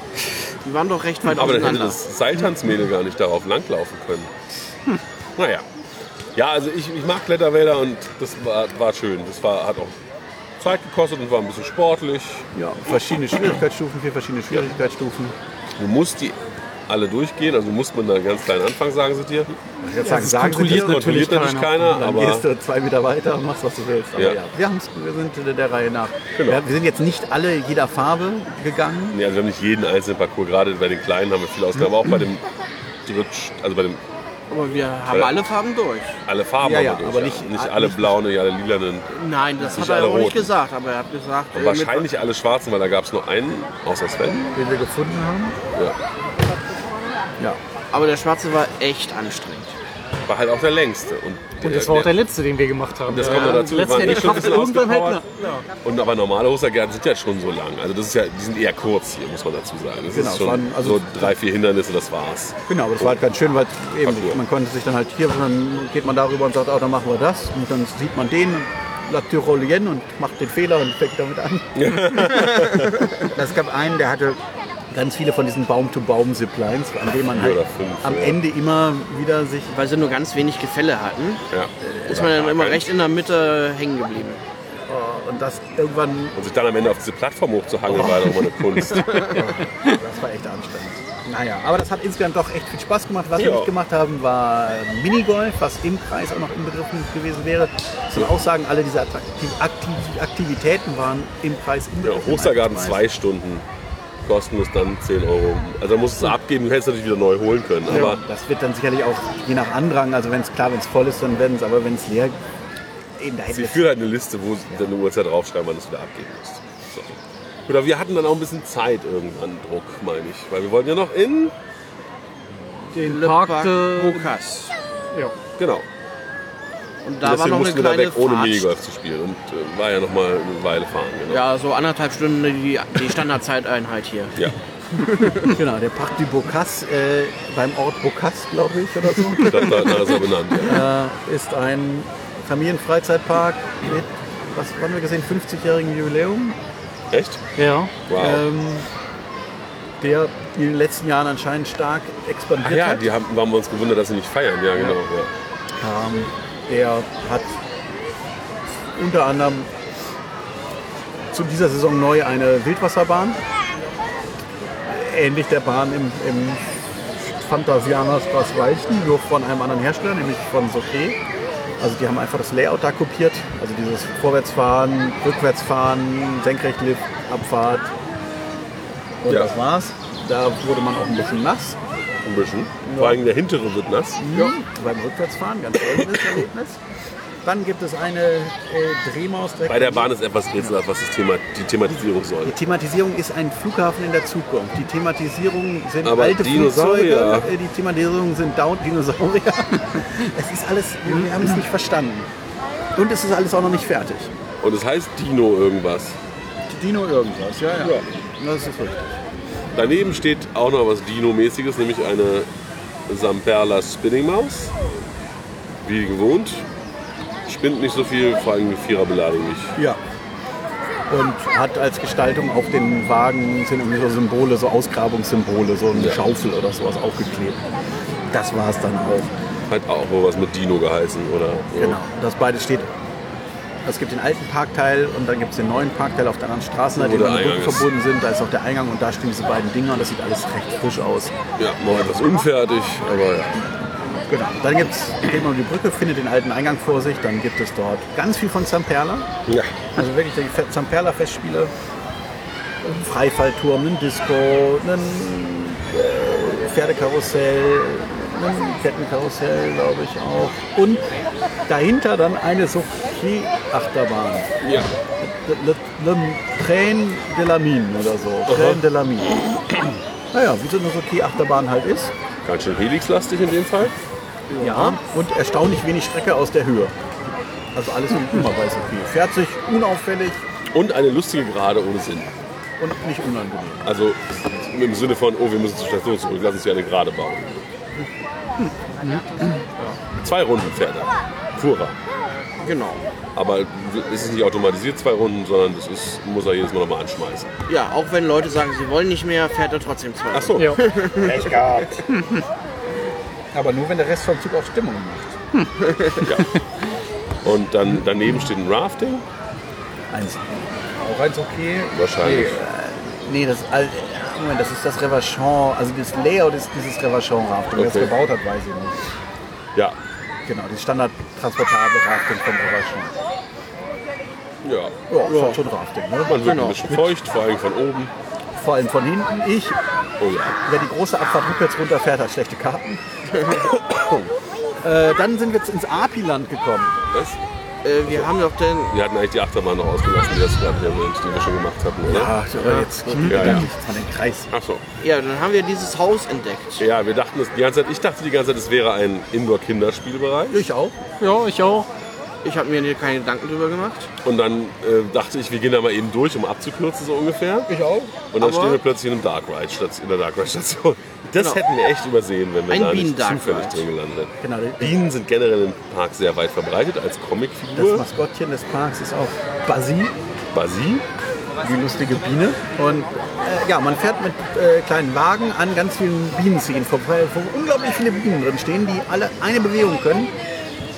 S3: Die waren doch recht weit
S2: Aber dann hätte
S3: auseinander.
S2: das Seiltanzmädel gar nicht darauf langlaufen können. Hm. Naja. Ja, also ich, ich mag Kletterwälder und das war, war schön. Das war, hat auch Zeit gekostet und war ein bisschen sportlich.
S1: Ja, verschiedene Schwierigkeitsstufen, vier verschiedene Schwierigkeitsstufen.
S2: Du musst die alle durchgehen, also muss man da ganz kleinen Anfang sagen sie dir.
S1: Ich würde sagen,
S4: es
S1: sagen Sie
S4: kontrolliert
S1: das,
S2: Kontrolliert
S4: natürlich
S2: natürlich keiner,
S1: dann
S2: aber
S1: gehst du zwei Meter weiter und machst, was du willst. Aber
S2: Ja.
S1: ja. wir, haben's, wir sind der Reihe nach.
S2: Genau.
S1: Ja, wir sind jetzt nicht alle jeder Farbe gegangen,
S2: nee, also wir haben nicht jeden einzelnen Parcours, gerade bei den kleinen haben wir viel ausgegangen, aber auch bei dem Dritt, also bei dem
S3: Aber wir haben alle Farben durch.
S2: alle Farben
S1: Ja,
S2: haben wir
S1: ja,
S2: durch,
S1: aber nicht-
S2: nicht alle blauen, nicht alle lilanen.
S3: Nein, das
S2: Nicht
S3: hat er
S2: alle
S3: auch nicht
S2: roten.
S3: gesagt, aber er hat gesagt, äh,
S2: Und
S3: mit-
S2: wahrscheinlich alle schwarzen, weil da gab es nur einen, außer Sven.
S1: den wir gefunden haben.
S2: Ja.
S1: Ja.
S3: aber der schwarze war echt anstrengend.
S2: War halt auch der längste. Und,
S4: Und das war auch der letzte, den wir gemacht haben.
S2: Das kommt noch dazu.
S4: Letzte
S2: Wir waren eh schon ein bisschen
S4: irgendwann halt
S2: ausgepowert. Und aber normale Hochseilgärten sind ja schon so lang. Also das ist ja, die sind eher kurz hier, muss man dazu sagen. Das
S1: Genau,
S2: ist
S1: es
S2: schon
S1: waren also-
S2: so drei, vier Hindernisse, das war's.
S1: Genau, aber das war halt ganz schön, weil eben,
S2: Parcours.
S1: man konnte sich dann halt hier, dann geht man darüber und sagt, oh, dann machen wir das. Und dann sieht man den La Tyrolienne und macht den Fehler und fängt damit an. Es gab einen, der hatte ganz viele von diesen Baum-to-Baum-Ziplines, an denen man halt
S2: oder fünf,
S1: am
S2: ja.
S1: Ende immer wieder sich...
S3: Weil sie nur ganz wenig Gefälle hatten,
S2: Ja.
S3: ist man dann
S2: gar
S3: immer
S2: kein-
S3: recht in der Mitte hängen geblieben.
S1: Oh, und das irgendwann,
S2: Und sich dann am Ende auf diese Plattform hochzuhangeln, war doch mal eine Kunst.
S1: das war echt anstrengend. Naja, aber das hat insgesamt doch echt viel Spaß gemacht. Was wir
S2: Ja.
S1: nicht gemacht haben, war Minigolf, was im Kreis auch noch inbegriffen gewesen wäre. Ich soll auch sagen, alle diese Attraktiv Aktiv Aktivitäten waren im Preis
S2: Ja,
S1: inbegriffen. Also
S2: Hochseilgarten
S1: Als Preis.
S2: zwei Stunden. Kostenlos dann 10 Euro. Also da musst du es abgeben, du hättest natürlich wieder neu holen können. Aber
S1: Ja, das wird dann sicherlich auch je nach Andrang, also wenn es klar, wenn es voll ist, dann werden es, aber wenn es leer, eben da hätten
S2: Sie
S1: wir
S2: führen halt eine Liste, wo sie deine Uhrzeit draufschreiben, wann du es wieder abgeben musst. So. Gut, aber wir hatten dann auch ein bisschen Zeit irgendwann, Druck, meine ich. Weil wir wollten ja noch in.
S4: Den Park, äh,
S3: Lukas.
S4: ja.
S2: Genau.
S3: Und
S2: Da
S3: da war
S2: Deswegen
S3: noch eine
S2: mussten wir da
S3: kleine
S2: weg, ohne
S3: Fahrt.
S2: Minigolf zu spielen. Und äh, war ja noch mal eine Weile fahren. Genau.
S3: Ja, so anderthalb Stunden die, die Standardzeiteinheit hier.
S2: Ja.
S1: Genau, der Parc du Bocas, äh, beim Ort Bocas, glaube ich, oder so,
S2: Ich glaube, da hat er so benannt. Ja.
S1: äh, ist ein Familienfreizeitpark mit, was wann haben wir gesehen, 50-jährigem Jubiläum,
S2: Echt?
S4: ja.
S2: Wow.
S1: ähm, der in den letzten Jahren anscheinend stark
S2: Ach
S1: expandiert
S2: ja,
S1: hat.
S2: die haben, haben wir uns gewundert, dass sie nicht feiern. Ja, genau. Ja.
S1: Ähm, er hat unter anderem zu dieser Saison neu eine Wildwasserbahn. Ähnlich der Bahn im, im Fantasianas Bas Weichen, nur von einem anderen Hersteller, nämlich von Soké. Also die haben einfach das Layout da kopiert. Also dieses Vorwärtsfahren, Rückwärtsfahren, Senkrechtlift, Abfahrt. Und
S2: Ja.
S1: das war's. Da wurde man auch ein bisschen nass.
S2: Ein bisschen. Vor allem der hintere wird nass.
S1: Ja. Beim Rückwärtsfahren, ganz ähnliches Erlebnis. Dann gibt es eine äh, Drehmaus. direkt
S2: Bei der
S1: am-
S2: Bahn ist etwas rätselhaft, was das Thema, die Thematisierung soll.
S1: Die Thematisierung ist ein Flughafen in der Zukunft. Die Thematisierung sind
S2: Aber
S1: alte
S2: Dinosaurier.
S1: Flugzeuge. äh, Die Thematisierung sind Down Dinosaurier. es ist alles, wir haben es nicht verstanden. Und es ist alles auch noch nicht fertig.
S2: Und es heißt Dino irgendwas.
S1: Dino irgendwas, ja, ja. Das ist richtig.
S2: Daneben steht auch noch was Dino-mäßiges, nämlich eine Samperla Spinning Mouse. Wie gewohnt. Spinnt nicht so viel, vor allem die Vierer beleidigen mich.
S1: Ja. Und hat als Gestaltung auf den Wagen sind irgendwie so Symbole, so Ausgrabungssymbole, so eine
S2: Ja.
S1: Schaufel oder sowas aufgeklebt. Das war es dann auch.
S2: Hat auch wohl was mit Dino geheißen, oder? So.
S1: Genau. Das beides steht. Es gibt den alten Parkteil und dann gibt es den neuen Parkteil auf der anderen Straßenseite,
S2: Wo
S1: die
S2: der
S1: mit dem Rücken
S2: Eingang ist.
S1: verbunden sind. Da ist auch der Eingang und da stehen diese beiden Dinger und das sieht alles recht frisch aus.
S2: Ja, noch etwas unfertig, aber ja.
S1: Genau. Dann gibt's, geht man um die Brücke, findet den alten Eingang vor sich, dann gibt es dort ganz viel von Zamperla.
S2: Ja.
S1: Also wirklich die Fe- Zamperla-Festspiele. Ein Freifallturm, ein Disco, ein äh, Pferdekarussell, ein Kettenkarussell, glaube ich auch. Und dahinter dann eine Sophie-Achterbahn.
S2: ja.
S1: Le, le, le Train de la Mine oder so. Train de la Mine. Naja, wie so eine Sophie-Achterbahn halt ist.
S2: Ganz schön Helix-lastig in dem Fall.
S1: Ja. Und erstaunlich wenig Strecke aus der Höhe. Also alles wie immer bei Sophie. Fährt sich unauffällig
S2: Und eine lustige Gerade ohne Sinn.
S1: und nicht unangenehm.
S2: Also im Sinne von, oh, wir müssen zur Station zurück, lass uns hier eine Gerade bauen. Zwei Runden fährt er. Fuhrer.
S3: Genau.
S2: Aber es ist nicht automatisiert zwei Runden, sondern das ist, muss er jedes Mal nochmal anschmeißen.
S3: Ja, auch wenn Leute sagen, sie wollen nicht mehr, fährt er trotzdem zwei.
S2: Ach so.
S4: Ja.
S1: Aber nur, wenn der Rest vom Zug auch Stimmung macht.
S2: Und dann daneben steht ein Rafting.
S1: Eins. Auch eins okay.
S2: Wahrscheinlich.
S1: Nee, das, al- Moment, das ist das Revachon, also das Layout ist dieses Revachon-Rafting, das
S2: Okay.
S1: gebaut hat, weiß ich nicht.
S2: Ja.
S1: Genau, die standardtransportable Rafting vom Revachon.
S2: Ja. Also-
S1: Ja, ist halt schon Rafting, ne?
S2: Man wird
S3: Genau.
S2: ein bisschen feucht, vor allem von oben.
S1: Vor allem von hinten. Ich,
S2: Oh ja.
S1: wer die große Abfahrt rückwärts runterfährt, hat schlechte Karten. äh, dann sind wir jetzt ins Apiland gekommen.
S2: Was?
S3: Äh, wir haben doch den.
S2: Wir hatten eigentlich die Achterbahn noch ausgelassen, die, das gerade hier sind, die wir schon gemacht hatten, oder?
S1: Ach, Ah, jetzt
S2: Ja, ja.
S1: ja. an den Kreis.
S2: Ach so.
S3: Ja, dann haben wir dieses Haus entdeckt.
S2: Ja, wir dachten es die ganze Zeit, ich dachte die ganze Zeit, es wäre ein Indoor-Kinderspielbereich.
S1: Ich auch.
S4: Ja, ich auch.
S3: Ich habe mir hier keine Gedanken drüber gemacht.
S2: Und dann äh, dachte ich, wir gehen da mal eben durch, um abzukürzen, so ungefähr.
S1: Ich auch.
S2: Und dann
S3: Aber-
S2: stehen wir plötzlich in, einem Dark Ride Station, in der Dark Ride Station. Das
S3: Genau.
S2: hätten wir echt übersehen, wenn wir
S3: Ein
S2: da nicht
S3: Bienen-Dark
S2: zufällig
S3: Ride.
S2: drin gelandet hätten.
S1: Genau, die-
S2: Bienen sind generell im Park sehr weit verbreitet als
S1: Das
S2: Comicfigur.
S1: Maskottchen des Parks ist auch Basil,
S2: Basie.
S1: die lustige Biene. Und äh, ja, man fährt mit äh, kleinen Wagen an ganz vielen Bienenziegen vorbei, wo unglaublich viele Bienen drin stehen, die alle eine Bewegung können.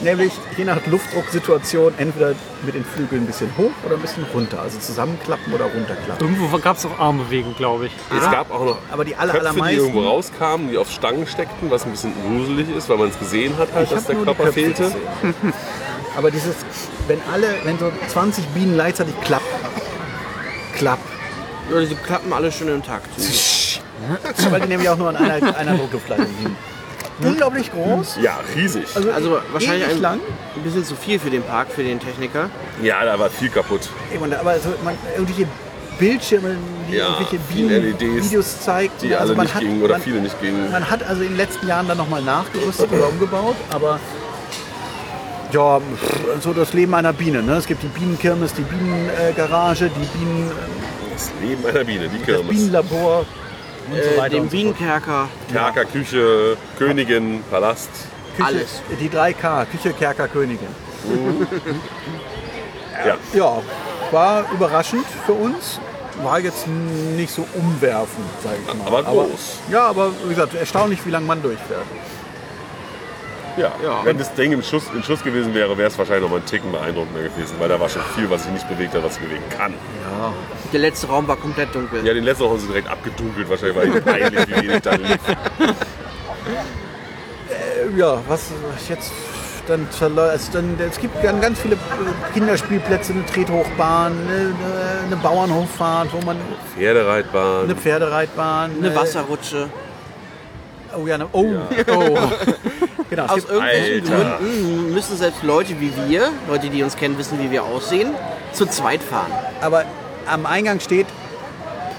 S1: Nämlich je nach Luftdrucksituation entweder mit den Flügeln ein bisschen hoch oder ein bisschen runter. Also zusammenklappen oder runterklappen.
S4: Irgendwo gab es auch Armbewegung, glaube ich.
S2: Es gab auch noch
S1: Ah. aber die aller-
S2: Köpfe, die
S1: allermeisten-
S2: irgendwo rauskamen, die auf Stangen steckten, was ein bisschen gruselig ist, weil man es gesehen hat, halt,
S1: Ich
S2: dass
S1: hab
S2: der
S1: nur die
S2: Körper
S1: Köpfe
S2: fehlte.
S1: gesehen. Aber dieses, wenn alle, wenn so 20 Bienen gleichzeitig klapp, klapp,
S3: Oder sie klappen alle schön intakt.
S1: weil die nämlich auch nur an einer, einer Druckluftleitung liegen. Unglaublich groß.
S2: Ja, riesig.
S3: Hm? Also wahrscheinlich
S1: Ewig
S3: ein,
S1: lang.
S3: ein bisschen zu viel für den Park, für den Techniker.
S2: Ja, da war viel kaputt.
S1: Ey, man, aber so, man, irgendwelche Bildschirme, die
S2: Ja,
S1: irgendwelche
S2: viele
S1: Bienen,
S2: LEDs,
S1: Videos zeigt.
S2: Die
S1: also
S2: alle
S1: man
S2: nicht
S1: hat,
S2: gingen oder
S1: man,
S2: viele nicht gingen.
S1: Man hat also in den letzten Jahren dann nochmal nachgerüstet oder umgebaut, aber ja, pff, so das Leben einer Biene. Ne? Es gibt die Bienenkirmes, die Bienengarage, die Bienen,
S2: Das Leben einer Biene, die
S1: das
S2: Kirmes.
S1: Bienenlabor und so
S3: Äh,
S1: weiter.
S3: den
S1: und so fort.
S3: Bienenkerker.
S2: Kerker, Küche, Königin, Palast.
S1: Küche,
S3: alles.
S1: Die 3K, Küche, Kerker, Königin.
S2: Ja.
S1: Ja, war überraschend für uns. War jetzt nicht so umwerfend, sage ich mal.
S2: Aber groß.
S1: ja, aber wie gesagt, erstaunlich, wie lange man durchfährt.
S2: Ja.
S3: Ja.
S2: Wenn das Ding im Schuss, in Schuss gewesen wäre, wäre es wahrscheinlich noch mal einen Ticken beeindruckender gewesen, weil da war schon viel, was sich nicht bewegt hat, was sich bewegen kann.
S3: Der letzte Raum war komplett dunkel.
S2: Ja, den letzten haben sie direkt abgedunkelt, wahrscheinlich, weil ihnen peinlich, wie wenig da lief.
S1: Äh, Ja, was was jetzt dann verläu- also dann, es gibt dann ganz viele äh, Kinderspielplätze, eine Trethochbahn, eine, eine Bauernhoffahrt, wo man
S2: Pferdereitbahn.
S1: eine Pferdereitbahn,
S3: Eine
S1: äh,
S3: Wasserrutsche.
S1: Oh ja, ne- oh, oh. genau, es
S3: Aus
S1: gibt,
S3: irgendwelchen
S2: Alter.
S3: Gründen müssen selbst Leute wie wir, Leute, die uns kennen, wissen, wie wir aussehen, zu zweit fahren.
S1: aber am Eingang steht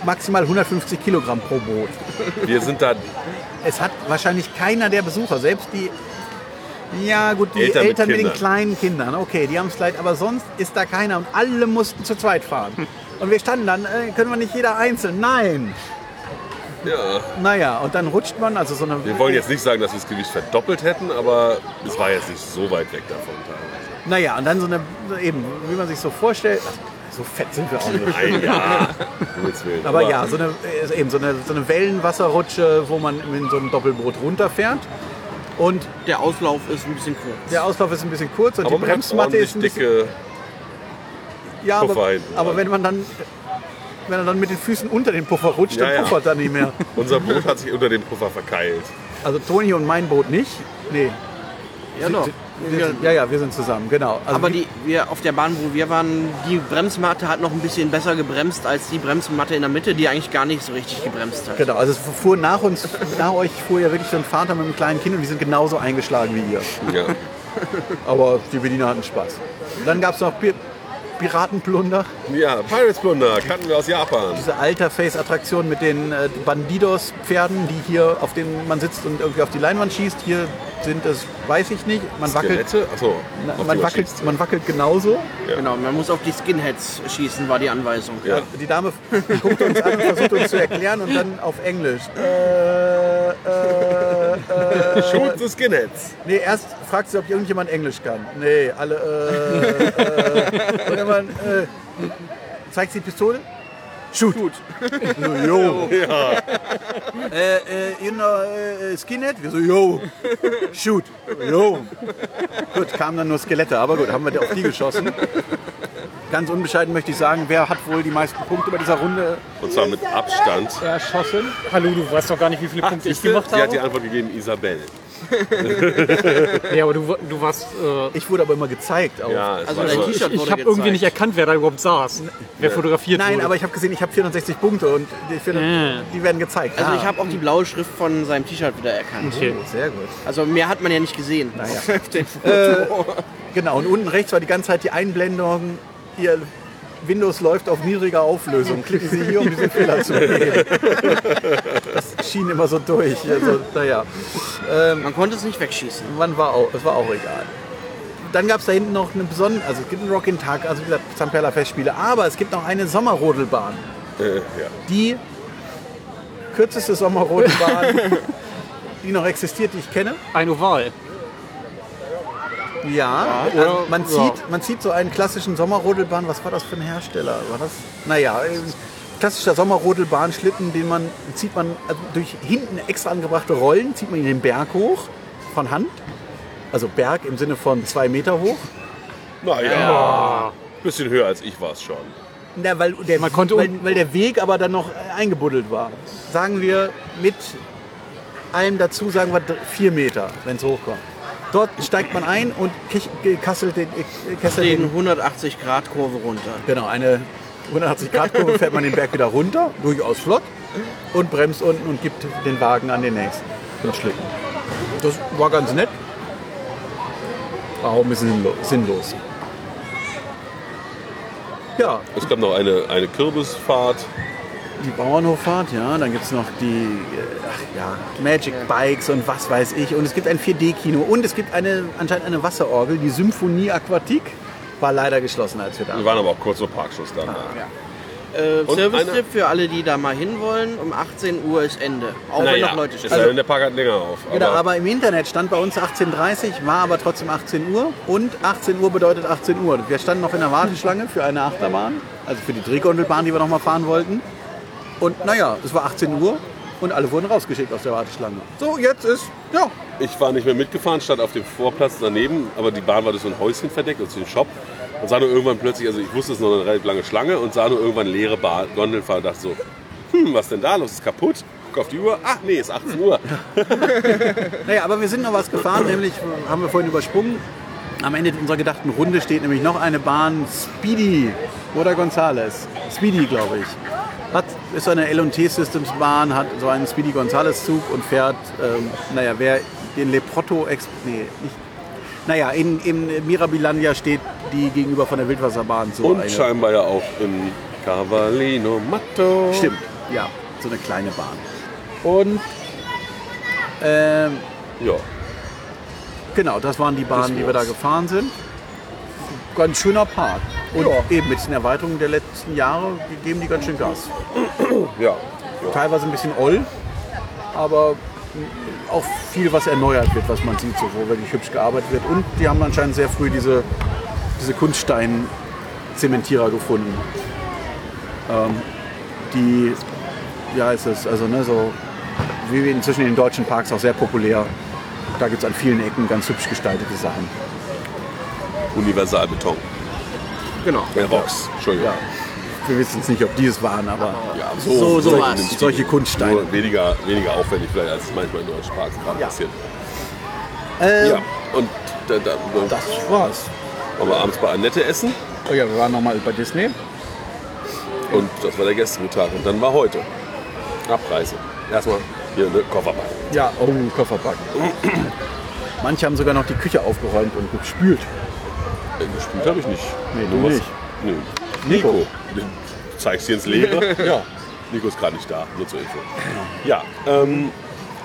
S1: maximal 150 Kilogramm pro Boot.
S2: Wir sind da
S1: Es hat wahrscheinlich keiner der Besucher, selbst die. Ja, gut, die
S2: Eltern
S1: Eltern,
S2: mit
S1: mit, den
S2: Kindern.
S1: kleinen Kindern, okay, die haben es leid, aber sonst ist da keiner und alle mussten zu zweit fahren. Und wir standen dann, äh, können wir nicht jeder einzeln? Nein!
S2: Ja,
S1: Naja, und dann rutscht man, also so eine.
S2: wir wollen jetzt nicht sagen, dass wir das Gewicht verdoppelt hätten, aber es war jetzt nicht so weit weg davon teilweise.
S1: Naja, und dann so eine, eben, wie man sich so vorstellt, ach, so fett sind wir auch nicht.
S2: Nein, ja, um Himmels Willen.
S1: Aber ja, so eine, äh, eben so eine, so eine Wellenwasserrutsche, wo man in so einem Doppelboot runterfährt. Und
S3: Der Auslauf ist ein bisschen kurz.
S1: der Auslauf ist ein bisschen kurz und
S2: aber
S1: die
S2: man hat
S1: Bremsmatte
S2: ordentlich
S1: ist ein bisschen,
S2: dicke.
S1: ja,
S2: Puffer
S1: aber,
S2: hinten
S1: aber
S2: dran.
S1: wenn man dann wenn er dann mit den Füßen unter den Puffer rutscht,
S2: Ja,
S1: dann
S2: ja.
S1: puffert er nicht mehr.
S2: Unser Boot hat sich unter dem Puffer verkeilt.
S1: Also Toni und mein Boot nicht. Nee.
S3: ja, doch.
S1: Wir sind, ja, ja, wir sind zusammen, genau. Also
S3: Aber
S1: wir-
S3: die, wir auf der Bahn, wo wir waren, die Bremsmatte hat noch ein bisschen besser gebremst als die Bremsmatte in der Mitte, die eigentlich gar nicht so richtig gebremst hat.
S1: Genau, also es fuhr nach uns, nach euch fuhr ja wirklich so ein Vater mit einem kleinen Kind und die sind genauso eingeschlagen wie ihr.
S2: Ja.
S1: Aber die Bediener hatten Spaß. Und dann gab es noch Pi Piratenplunder,
S2: ja, Pirates Plunder kannten wir aus Japan.
S1: diese Alterface-Attraktion mit den äh, Bandidos-Pferden, die hier, auf denen man sitzt und irgendwie auf die Leinwand schießt. Hier sind es, weiß ich nicht, man wackelt,
S2: Skelette? Achso,
S1: na,
S2: auf
S1: man
S2: die
S1: wackelt,
S2: schießt.
S1: man wackelt genauso.
S3: Genau, man muss auf die Skinheads schießen, war die Anweisung.
S2: Ja.
S1: Die Dame guckt uns an und versucht uns zu erklären und dann auf Englisch. Äh, äh, äh.
S2: Shoot the Skinheads.
S1: Nee, erst fragt sie, ob irgendjemand Englisch kann. Nee, alle. Äh, äh. Und irgendwann äh, zeigt sie die Pistole. Shoot. So, yo.
S2: Ja,
S1: Äh, äh, you know, äh, Skinhead? Wir so, yo. Shoot. Yo. Gut, kamen dann nur Skelette, aber gut, haben wir auf die geschossen. Ganz unbescheiden möchte ich sagen, wer hat wohl die meisten Punkte bei dieser Runde
S2: und zwar mit Abstand.
S4: Erschossen. Hallo, du weißt doch gar nicht, wie viele Punkte ich
S2: Siehste,
S4: gemacht
S2: Sie hat die
S4: habe.
S2: Antwort gegeben, Isabel.
S4: Ja, aber du, du warst. Äh,
S1: Ich wurde aber immer gezeigt. Auch.
S2: Ja, es
S3: Also
S2: war
S3: dein
S2: so-
S3: T-Shirt wurde
S4: ich habe
S3: gezeigt.
S4: irgendwie nicht erkannt, wer da überhaupt saß. Wer fotografiert
S1: Nein,
S4: wurde.
S1: aber ich habe gesehen, ich habe 64 Punkte und die, 400, die werden gezeigt.
S3: Also
S1: Ah,
S3: ich habe auch die blaue Schrift von seinem T-Shirt wieder erkannt.
S4: Okay.
S1: Sehr gut.
S3: Also mehr hat man ja nicht gesehen.
S1: Genau, und unten rechts war die ganze Zeit die Einblendung, ihr Windows läuft auf niedriger Auflösung. Klicken Sie hier, um diesen Fehler zu beheben. Das schien immer so durch. Also, naja,
S3: Man konnte es nicht wegschießen.
S1: wann war auch, es war auch egal. Dann gab es da hinten noch einen besonderen, also es gibt einen Rockin' Tag, also wie gesagt, St. Perla Festspiele, aber es gibt noch eine Sommerrodelbahn.
S2: Äh, ja.
S1: Die kürzeste Sommerrodelbahn, die noch existiert, die ich kenne.
S4: Ein Oval.
S1: Ja,
S4: Ja,
S1: also man,
S4: ja.
S1: Zieht, man zieht so einen klassischen Sommerrodelbahn. Was war das für ein Hersteller? War das? Naja, äh, klassischer Sommerrodelbahnschlitten, den man zieht man also durch hinten extra angebrachte Rollen, zieht man ihn den Berg hoch von Hand. Also Berg im Sinne von zwei Meter hoch.
S2: Naja. Bisschen höher als ich war es schon.
S1: Na, weil, der,
S4: Man konnte
S1: weil,
S4: unten-
S1: weil der Weg aber dann noch äh, eingebuddelt war. Sagen wir mit allem dazu, sagen wir dr- vier Meter, wenn es hochkommt. Dort steigt man ein und kich- äh, kasselt den, äh, kesselt den
S3: Den 180-Grad-Kurve runter.
S1: Genau, eine 180-Grad-Kurve fährt man den Berg wieder runter, durchaus flott, und bremst unten und gibt den Wagen an den nächsten. Den Schlitten. Das war ganz nett. War auch ein bisschen sinnlo- sinnlos. Ja,
S2: Es gab noch eine, eine Kürbisfahrt.
S1: die Bauernhoffahrt, ja, dann gibt es noch die äh, ach, ja, Magic Bikes und was weiß ich. Und es gibt ein 4D-Kino und es gibt eine, anscheinend eine Wasserorgel, die Symphonie Aquatique, war leider geschlossen, als wir da
S2: Wir
S1: waren.
S2: waren aber auch kurz vor Parkschluss danach.
S3: Äh,
S2: Und
S3: Service-Tipp
S2: eine-
S3: für alle, die da mal hinwollen. Um 18 Uhr ist Ende. Auch wenn noch Leute
S2: ist
S3: stehen.
S2: also, der Park hat länger auf.
S1: Genau, aber im Internet stand bei uns 18.30 war aber trotzdem 18 Uhr. Und 18 Uhr bedeutet 18 Uhr. Wir standen noch in der Warteschlange für eine Achterbahn, also für die Drehgondelbahn, die wir noch mal fahren wollten. Und naja, es war 18 Uhr und alle wurden rausgeschickt aus der Warteschlange. So, jetzt ist, ja,
S2: Ich war nicht mehr mitgefahren, stand auf dem Vorplatz daneben, aber die Bahn war durch so ein Häuschen verdeckt, also durch den Shop. Und sah nur irgendwann plötzlich, also ich wusste es noch eine relativ lange Schlange und sah nur irgendwann leere Bahn, Gondeln fahren und dachte so, hm, was denn da los? Ist kaputt? Guck auf die Uhr, ach nee, ist 18 Uhr.
S1: Naja, aber wir sind noch was gefahren, nämlich äh, haben wir vorhin übersprungen. Am Ende unserer gedachten Runde steht nämlich noch eine Bahn Speedy oder Gonzales. Speedy, glaube ich. Hat ist so eine LT Systems Bahn, hat so einen Speedy Gonzales Zug und fährt, ähm, naja, wer den Leprotto, Ex nee, nicht, naja, in, in Mirabilandia steht die gegenüber von der Wildwasserbahn so
S2: Und
S1: eine.
S2: scheinbar ja auch im Cavallino Matto.
S1: Stimmt, ja, so eine kleine Bahn. Und ähm,
S2: Ja.
S1: Genau, das waren die Bahnen, die wir da
S2: war's.
S1: gefahren sind. Ganz schöner Park. Und eben mit den Erweiterungen der letzten Jahre geben die ganz schön Gas.
S2: Ja.
S1: Teilweise ein bisschen oll, aber auch viel, was erneuert wird, was man sieht, so, wo wirklich hübsch gearbeitet wird. Und die haben anscheinend sehr früh diese, diese Kunststein-Zementierer gefunden. Ähm, die, wie heißt es, also ne, so wie wir inzwischen in den deutschen Parks auch sehr populär. Da gibt es an vielen Ecken ganz hübsch gestaltete Sachen.
S2: Universalbeton.
S1: Genau.
S2: Äh, Rocks. Entschuldigung.
S1: Ja. Wir wissen es nicht, ob die es waren, aber
S2: Ja,
S1: So- so
S2: solche-
S1: war's. solche Kunststeine.
S2: Nur weniger, weniger aufwendig vielleicht, als es manchmal in deutschen Parks gerade
S1: Ja.
S2: passiert.
S1: Ähm,
S2: Ja, und da, da,
S1: das war's.
S2: wollen wir abends bei Annette essen
S1: Oh ja, wir waren nochmal bei Disney.
S2: und das war der gestrige Tag. Und dann war heute Abreise. Erstmal hier ne, eine Kofferbank.
S1: Ja, oh, Koffer packen. Manche haben sogar noch die Küche aufgeräumt und gespült.
S2: Äh, Gespielt habe ich nicht.
S1: Nee, du
S2: Nur was-
S1: nicht.
S2: Nee. Nico. Du zeigst dir ins Leere.
S1: Ja.
S2: Nico ist gerade nicht da, nur zur Info. Ja, ähm,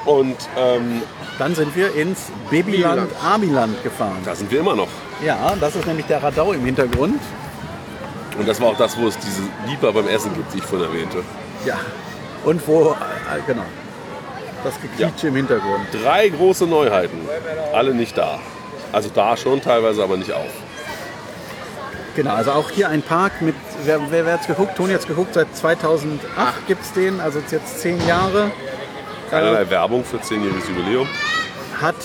S2: und ähm,
S1: Dann sind wir ins Babyland Amiland gefahren.
S2: da sind wir immer noch.
S1: Ja, das ist nämlich der Radau im Hintergrund.
S2: Und das war auch das, wo es diese Lieber beim Essen gibt, die ich vorhin erwähnte.
S1: Ja. Und wo, äh, genau, das Gequietsche im Hintergrund.
S2: Drei große Neuheiten, alle nicht da. Also da schon teilweise, aber nicht auf.
S1: Genau, also auch hier ein Park mit, wer, wer, wer hat's geguckt? Toni hat's geguckt, seit 2008 gibt's den, also jetzt zehn Jahre. Also
S2: Keinerlei Werbung für 10-jähriges Jubiläum.
S1: hat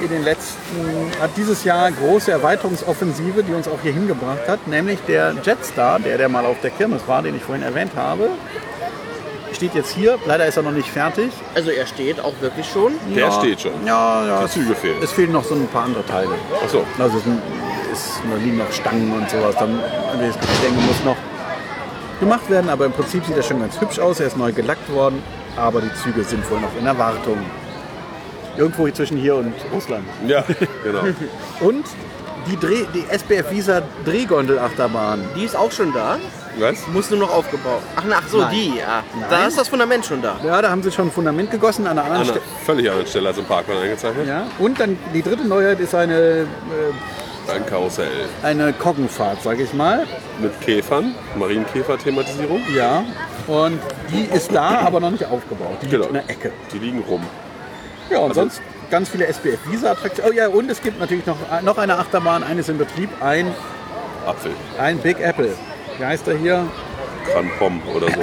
S1: in den letzten, hat dieses Jahr große Erweiterungsoffensive, die uns auch hier hingebracht hat, nämlich der Jetstar, der, der mal auf der Kirmes war, den ich vorhin erwähnt habe, steht jetzt hier. Leider ist er noch nicht fertig.
S2: halt-
S3: Also er steht auch wirklich schon.
S2: Der steht schon.
S1: Ja, ja.
S2: Die
S1: Es,
S2: Züge fehlen.
S1: es fehlen noch so ein paar andere Teile.
S2: Achso,
S1: Also es ist, da liegen noch Stangen und sowas. Dann, das Gestänge muss noch gemacht werden, aber im Prinzip sieht er schon ganz hübsch aus. Er ist neu gelackt worden, aber die Züge sind wohl noch in Erwartung. Irgendwo zwischen hier und Russland.
S2: ja, genau.
S1: Und die, Dreh, die SBF Visa Drehgondelachterbahn.
S3: Die ist auch schon da.
S2: Was?
S3: Muss nur noch aufgebaut. Ach, na, ach so,
S1: Nein.
S3: die, ja.
S1: Nein.
S3: Da ist das Fundament schon da.
S1: Ja, da haben sie schon ein Fundament gegossen an der anderen
S2: An einer
S1: Stelle.
S2: völlig anderen Stelle als im Parkplan eingezeichnet.
S1: Ja, und dann die dritte Neuheit ist eine,
S2: Ein Karussell
S1: äh, eine Koggenfahrt, sag ich mal.
S2: mit Käfern, Marienkäfer-Thematisierung.
S1: Ja. Und die ist da, aber noch nicht aufgebaut. Die
S2: Genau.
S1: liegt in der Ecke.
S2: Die liegen rum.
S1: Ja, und sonst ganz viele SBF Visa Attraktionen. Oh ja, und es gibt natürlich noch, äh, noch eine Achterbahn, eines in Betrieb, ein,
S2: Apfel,
S1: ein Big Apple. Wie heißt der hier?
S2: Kranpom oder so.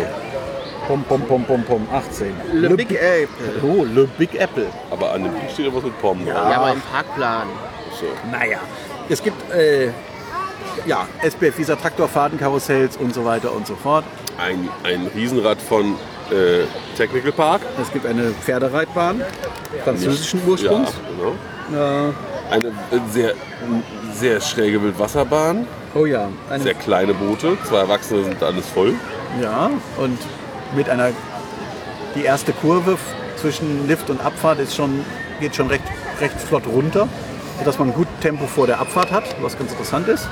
S1: Pom, pom, pom, pom, pom, 18.
S3: Le Big Apple.
S1: Oh, Le Big Apple.
S2: Aber an dem Bier steht irgendwas mit Pom
S3: Ja,
S2: drauf.
S1: Ah.
S3: aber im Parkplan.
S2: So.
S1: Naja, es gibt äh, ja, SBF Visa Traktorfahrten, Karussells und so weiter und so fort.
S2: Ein, ein Riesenrad von äh, Technical Park.
S1: Es gibt eine Pferdereitbahn französischen Ursprungs.
S2: Ja, genau.
S1: Äh,
S2: Eine äh, sehr, sehr schräge Wildwasserbahn.
S1: oh ja, eine,
S2: Sehr kleine Boote. Zwei Erwachsene sind alles voll.
S1: ja, und mit einer, die erste Kurve f- zwischen Lift und Abfahrt ist schon, geht schon recht, recht flott runter, sodass man gut Tempo vor der Abfahrt hat, was ganz interessant ist.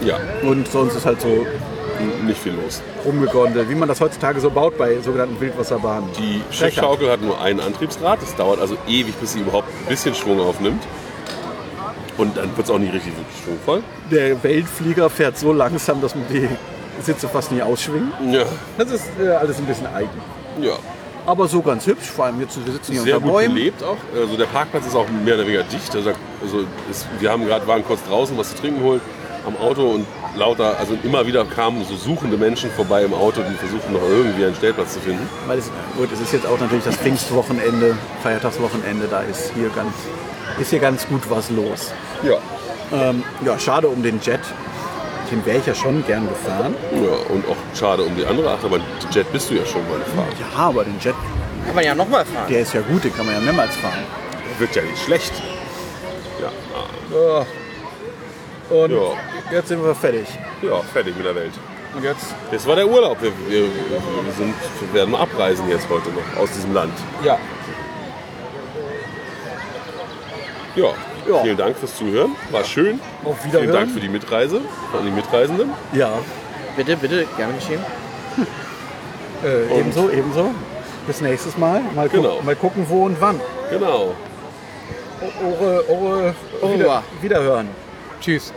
S2: Ja,
S1: Und sonst ist halt so
S2: n- nicht viel los.
S1: rumgegondelt, wie man das heutzutage so baut bei sogenannten Wildwasserbahnen.
S2: Die
S1: Fächer.
S2: Schiffschaukel hat nur ein Antriebsrad. Es dauert also ewig, bis sie überhaupt ein bisschen Schwung aufnimmt. Und dann wird es auch nicht richtig schwungvoll.
S1: Der Weltflieger fährt so langsam, dass man die Sitze fast nicht ausschwingen.
S2: Ja,
S1: Das ist äh, alles ein bisschen eigen.
S2: ja.
S1: Aber so ganz hübsch, vor allem jetzt, wir sitzen hier
S2: Sehr
S1: unter
S2: gut
S1: Bäumen.
S2: belebt auch. Also der Parkplatz ist auch mehr oder weniger dicht. Also, also ist, wir haben gerade waren kurz draußen, was zu trinken holen am Auto und lauter, also immer wieder kamen so suchende Menschen vorbei im Auto, die versuchten noch irgendwie einen Stellplatz zu finden.
S1: Weil es, gut, es ist jetzt auch natürlich das Pfingstwochenende, Feiertagswochenende, da ist hier ganz, ist hier ganz gut was los.
S2: Ja.
S1: Ähm, ja, schade um den Jet. Den wäre ich ja schon gern gefahren.
S2: Ja, und auch schade um die andere Achterbahn. Die Jet bist du ja schon mal gefahren.
S1: Ja, aber den Jet,
S3: Kann man ja nochmal fahren.
S1: der ist ja gut, den kann man ja mehrmals fahren.
S2: Wird ja nicht schlecht. Ja, ah,
S1: Und
S2: Ja.
S1: Oh. jetzt sind wir fertig.
S2: ja, fertig mit der Welt. Und jetzt? Das war der Urlaub. Wir, wir, wir, sind, wir werden abreisen jetzt heute noch aus diesem Land.
S1: Ja.
S2: Ja.
S1: Ja.
S2: Vielen Dank fürs Zuhören. War schön.
S1: Auf Wiederhören.
S2: Vielen Dank für die Mitreise an die Mitreisenden.
S1: Ja,
S3: Bitte, bitte, gerne geschehen.
S1: äh, ebenso, ebenso. Bis nächstes Mal. Mal, guck,
S2: Genau.
S1: mal gucken, wo und wann.
S2: Genau.
S1: O- Ohre, Ohre,
S3: Ohr.
S1: Oh, wieder, wiederhören.
S4: Tschüss.